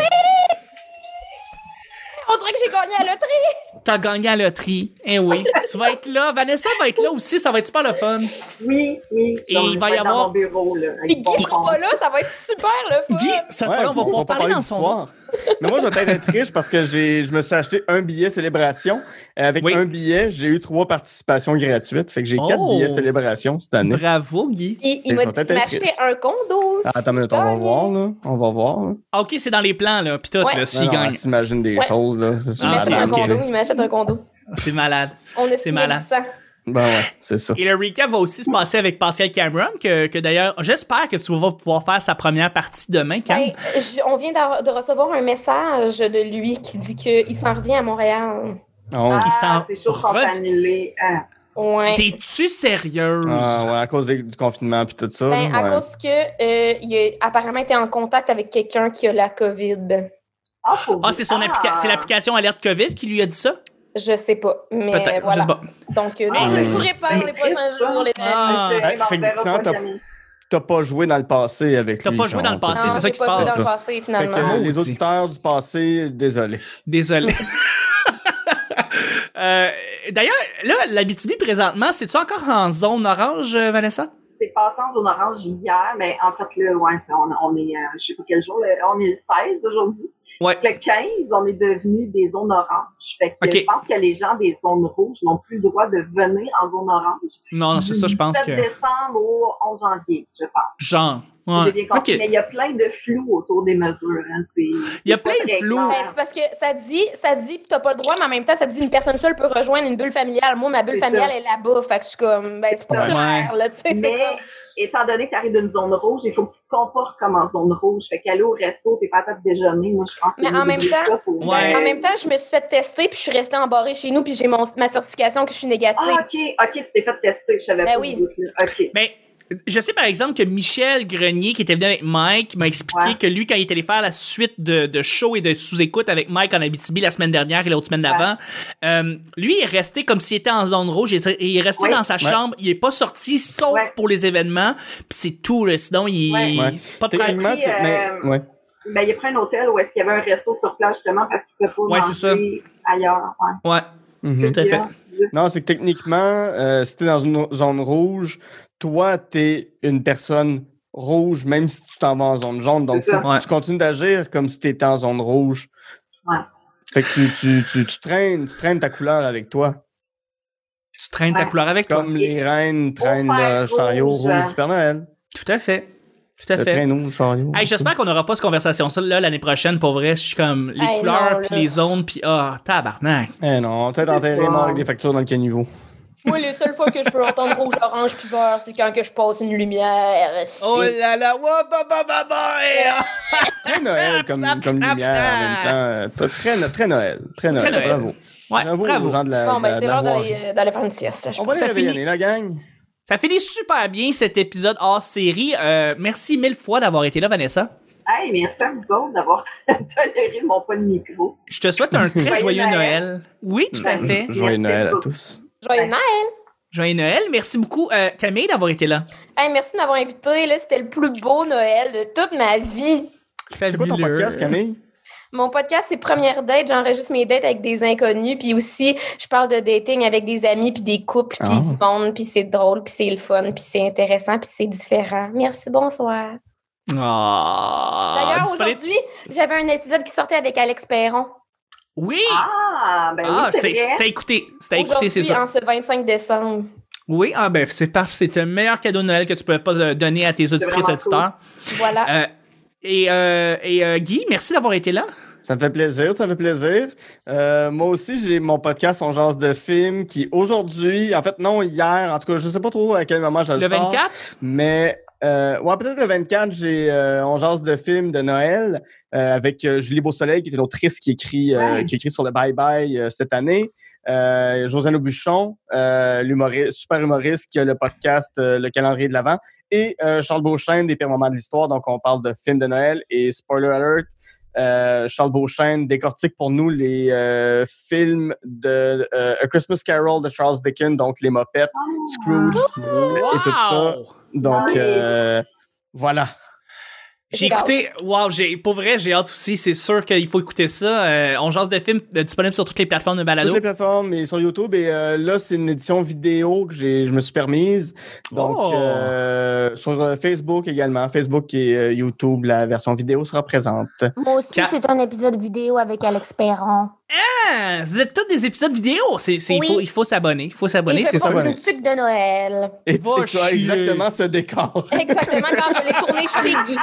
on dirait que j'ai gagné à la loterie. *laughs* T'as gagné à la loterie. Eh oui. Tu vas être là. Vanessa va être là aussi. Ça va être super le fun. Oui, oui. Et Donc, il je va vais y être dans avoir- mon bureau, là. avec Puis Guy mon sera compte. pas là, ça va être super le fun. Guy, ça te Ouais, parle, on va va pouvoir pas parler dans son. d'histoire. Mais moi, je vais peut-être *laughs* être riche parce que j'ai, je me suis acheté un billet célébration. Euh, Avec Oui. un billet, j'ai eu trois participations gratuites. Fait que j'ai Oh. quatre billets célébration cette année. Bravo, Guy. Puis il Ils m'a vont dit peut-être de être m'acheter un condo aussi. Ah, Attends une minute, on va Gagné. voir, là. On va voir. là. Ah, OK, c'est dans les plans, là. Puis tout, Ouais. là, s'il Non, non, gagne. elle s'imagine des Ouais. choses, là. C'est sûr. Il Ah, m'achète ok, un madame, ok. tu sais. condo, il m'achète un condo. C'est malade. On a signé malin. du sang. Ben ouais, c'est ça. Et le recap va aussi se passer avec Pascal Cameron, que, que d'ailleurs, j'espère que tu vas pouvoir faire sa première partie demain, Cam. Hey, Ben, je- on vient d'avoir- de recevoir un message de lui qui dit qu'il s'en revient à Montréal. Oh. Ah, Il s'en c'est chaud qu'on refait. t'a annulé. Ah. Ouais. T'es-tu sérieuse? Ah, ouais, à cause des- du confinement puis tout ça. Ben, là, à ouais. cause que euh, il a apparemment été en contact avec quelqu'un qui a la COVID. Ah, faut- Ah, c'est son applica- Ah. c'est l'application Alerte COVID qui lui a dit ça? Je sais pas, mais Peut-être, je Eh, voilà. sais pas. Donc, euh, non, Ah, je mais- ne jouerai pas dans les prochains jours, les amis. Ah. Je m'en Fait que, verrai finalement, pas t'as- jamais. T'as pas joué dans le passé avec T'as lui. pas joué genre, dans le t'as- passé, c'est Non, ça j'ai qui se pas joué passe. dans le passé, Fait que, euh, finalement. les Maudit. Ah, auditeurs du passé, désolé. Désolé. *laughs* Euh, D'ailleurs, là, la BTB présentement, c'est-tu encore en zone orange, euh, Vanessa? C'est passé en zone orange hier, mais en fait, là, ouais, on, on est, euh, je sais pas quel jour, le- on est le 16 aujourd'hui. Ouais. Le 15, on est devenu des zones oranges. Fait que Ok. je pense que les gens des zones rouges n'ont plus le droit de venir en zone orange. Non, non, c'est ça, je pense Du 7 que. décembre au 11 janvier, je pense. Genre. Si Ouais. j'ai bien compris. Mais OK. il y a plein de flou autour des mesures. hein. C'est- Il y a c'est pas plein de très flou. clair. Ben, c'est parce que ça dit, ça dit, pis t'as pas le droit, mais en même temps, ça dit une personne seule peut rejoindre une bulle familiale. Moi, ma bulle C'est ça. familiale est là-bas. Fait que je suis comme, ben, c'est pas Ouais. clair, là, tu sais. *laughs* c'est Mais comme- étant donné que tu arrives d'une zone rouge, il faut que tu te comportes comme en zone rouge. Fait qu'aller au resto, t'es pas à table déjeuner. Moi, je pense que Mais c'est en même mieux de temps- ça pour- Ouais. En même temps, je me suis fait tester, puis je suis restée embarrée chez nous, puis j'ai mon- ma certification que je suis négative. Ah, OK, OK, tu t'es fait tester. Je savais Ben pas. oui. ce bout-là. OK. Mais Ben, je sais par exemple que Michel Grenier, qui était venu avec Mike, m'a expliqué Ouais. que lui, quand il était allé faire la suite de, de show et de sous-écoute avec Mike en Abitibi la semaine dernière et l'autre semaine d'avant, euh, lui, il est resté comme s'il était en zone rouge. Il est- il est resté Ouais. dans sa chambre. Il est pas sorti, sauf Ouais. pour les événements. Puis c'est tout. là. Sinon, il. Ouais. Ouais. Pas de problème. Techniquement, Puis, tu- mais, euh, ouais. Ben, il y a pris un hôtel où est-ce qu'il y avait un resto sur place, justement, parce qu'il ne peut pas Ouais, c'est ça. manger ailleurs. Ouais. Ouais, *laughs* Mhm. tout à fait. Non, c'est que techniquement, euh, si tu es dans une zone rouge, toi, tu es une personne rouge, même si tu t'en vas en zone jaune. Donc, C'est ça. faut que tu continues d'agir comme si tu étais en zone rouge. Ouais. Fait que tu, tu, tu, tu traînes, tu traînes ta couleur avec toi. Tu traînes ta Ouais. couleur avec toi. Comme les reines traînent Au fer le chariot rouge. rouge du Père Noël. Tout à fait. Tout à Le fait. traîneau, le chariot. Hey, j'espère qu'on n'aura pas cette conversation ça là l'année prochaine pour vrai, je suis comme les Hey, non, couleurs puis là. les zones puis ah tabarnak. Eh non, on va peut-être enterré mort avec des factures dans le caniveau. Moi, les seules fois que je peux entendre rouge, orange, puis vert, c'est quand que je passe une lumière. Oh C'est- là là, wa, ba, ba, ba, ba, et, ah. Très Noël comme, comme Ah, lumière ah, en même temps. Euh, Très, très, Noël. Très Noël. Très Noël. Bravo. Ouais, bravo, bravo. aux gens de la, Bon, de la- ben, de c'est la l'heure voirie. d'aller euh, d'aller faire une sieste, là, je On va pense. les Ça réveiller, finit. la gang. Ça finit super bien cet épisode hors série. Euh, merci mille fois d'avoir été là Vanessa. Hey, merci à vous autres d'avoir *laughs* toléré mon pas de micro. Je te souhaite un très *laughs* Joyeux joyeux Noël. Noël. Oui, tout à fait. Joyeux Merci Noël à beaucoup. tous. Joyeux Noël! Joyeux Noël. Merci beaucoup euh, Camille d'avoir été là. Hey, merci de m'avoir invité. Là, c'était le plus beau Noël de toute ma vie. C'est quoi ton Fabuleux. podcast, Camille? Mon podcast, c'est Première Date. J'enregistre mes dates avec des inconnus. Puis aussi, je parle de dating avec des amis, puis des couples, puis Ah. du monde. Puis c'est drôle, puis c'est le fun, puis c'est intéressant, puis c'est différent. Merci, bonsoir. Ah, D'ailleurs, disponible- aujourd'hui, j'avais un épisode qui sortait avec Alex Perron. Oui. Ah, ben Ah, oui, c'est c'est vrai. c'était écouté, c'était écouté, c'est Aujourd'hui, ça. en ce 25 décembre. hein. Oui, ah ben c'est parfait, c'est le meilleur cadeau de Noël que tu peux pas euh, donner à tes auditrices vraiment auditeurs. Voilà. Euh, et euh, et euh, Guy, merci d'avoir été là. Ça me fait plaisir, ça me fait plaisir. Euh, moi aussi, j'ai mon podcast On Jase de films qui aujourd'hui, en fait, non, hier, en tout cas, je sais pas trop à quel moment je le Le sors, 24, Mais, euh, ouais, peut-être le 24, j'ai euh, On Jase de films de Noël euh, avec euh, Julie Beausoleil, qui est une autrice qui écrit, euh, Ouais. qui écrit sur le Bye Bye euh, cette année. Euh, Josiane Aubuchon, euh, l'humoriste, super humoriste qui a le podcast euh, Le calendrier de l'Avent. Et euh, Charles Beauchesne, des pires moments de l'histoire. Donc, on parle de films de Noël et spoiler alert. euh, Charles Beauchesne décortique pour nous les euh, films de euh, A Christmas Carol de Charles Dickens, donc Les Mopettes, Scrooge, et tout ça. Wow! Ah Donc, Nice. euh, voilà. J'ai écouté, wow, j'ai, pour vrai, j'ai hâte aussi, c'est sûr qu'il faut écouter ça. Euh, on jase de films euh, disponibles sur toutes les plateformes de Toutes balado. les plateformes et sur YouTube. Et euh, là, c'est une édition vidéo que j'ai, je me suis permise. Donc, Oh. euh, sur euh, Facebook également. Facebook et euh, YouTube, la version vidéo sera présente. Moi aussi, Quand- c'est un épisode vidéo avec Alex Perron. Ah, vous êtes tous des épisodes vidéo. C'est, c'est- Oui. il, faut, il faut s'abonner, il faut s'abonner, Et je c'est sûr. porte sûr. une tuque de Noël. Et Va c'est quoi chier. exactement ce décor. Exactement, quand je l'ai tourné chez Guy.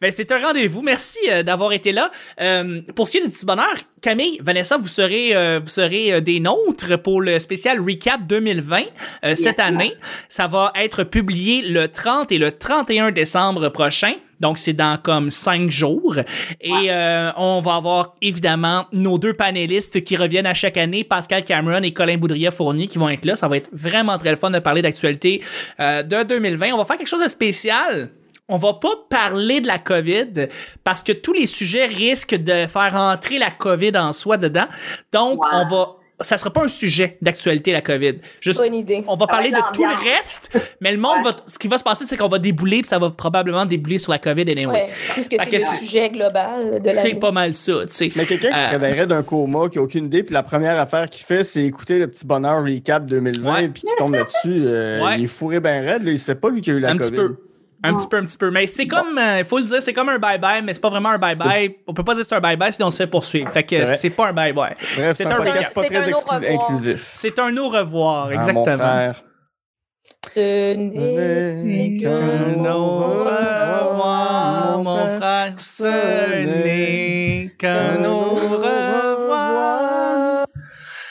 Ben, c'est un rendez-vous. Merci euh, d'avoir été là. Euh, pour ce qui est du petit bonheur, Camille, Vanessa, vous serez, euh, vous serez euh, des nôtres pour le spécial Recap 2020 euh, cette année. Ça va être publié le 30 et le 31 décembre prochain. Donc, c'est dans comme cinq jours. Et euh, on va avoir évidemment nos deux panélistes qui reviennent à chaque année, Pascal Cameron et Colin Boudria-Fournier, qui vont être là. Ça va être vraiment très le fun de parler d'actualité euh, de 2020. On va faire quelque chose de spécial. On va pas parler de la COVID parce que tous les sujets risquent de faire entrer la COVID en soi dedans. Donc, Ouais. on va. Ça sera pas un sujet d'actualité, la COVID. Juste, Bonne idée. on va Ça va parler être de tout le l'ambiance. reste, mais le monde va. Ce qui va se passer, c'est qu'on va débouler, puis ça va probablement débouler sur la COVID anyway. Ouais, puisque Fait c'est que le c'est- sujet global de la C'est pas mal ça, tu sais. Mais quelqu'un qui Euh, se réveillerait d'un coma, qui n'a aucune idée, puis la première affaire qu'il fait, c'est écouter le petit bonheur recap 2020, Ouais. puis qui tombe là-dessus. euh, Ouais. Il est fourré bien raide, là, il sait pas lui qu'il a eu la un COVID. petit peu. Un petit peu, un petit peu. Mais c'est comme, il faut le dire, c'est comme un bye-bye, mais c'est pas vraiment un bye-bye. On peut pas dire que c'est un bye-bye sinon on se fait poursuivre. Fait C'est que vrai. c'est pas un bye-bye. Bref, C'est c'est un un podcast podcast, pas c'est très un au exclu- revoir. inclusif. C'est un au revoir, Ah, mon exactement. frère. Ce n'est qu'un Qu'un au au revoir, revoir, mon mon frère, ce ce n'est n'est qu'un au revoir.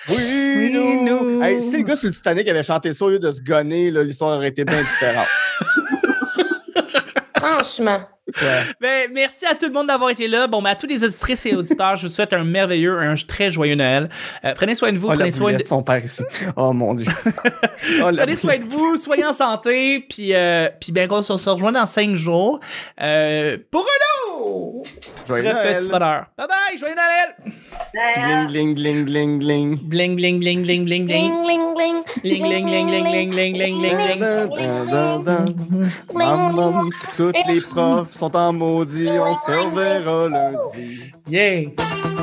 Oui, nous. nous. Hey, si le gars sur le Titanic avait chanté ça au lieu de se gonner, là, l'histoire aurait été bien *laughs* différente. Franchement. Ben, merci à tout le monde d'avoir été là. Bon, ben, à tous les auditrices et auditeurs, je vous souhaite un merveilleux, un très joyeux Noël. Euh, prenez soin de vous, Oh, la prenez soin de, boulette, son père ici. Oh mon *laughs* Dieu. Oh, la Prenez soin de vous, soyez en santé, puis, euh, puis bien qu'on se se rejoint dans cinq jours euh, pour un autre boulette. très Joyeux Noël. petit bonheur. Bye bye, joyeux Noël! hein. Gling, gling, gling, gling, gling. Bling, bling, bling, bling, bling, bling. Bling, bling, bling. Bling, bling, bling, bling, bling, bling, bling, bling, bling. Dun, dun, dun, dun. bling, Mam, mam, bling. Toutes les profs sont en maudit, on se reverra lundi. Yeah!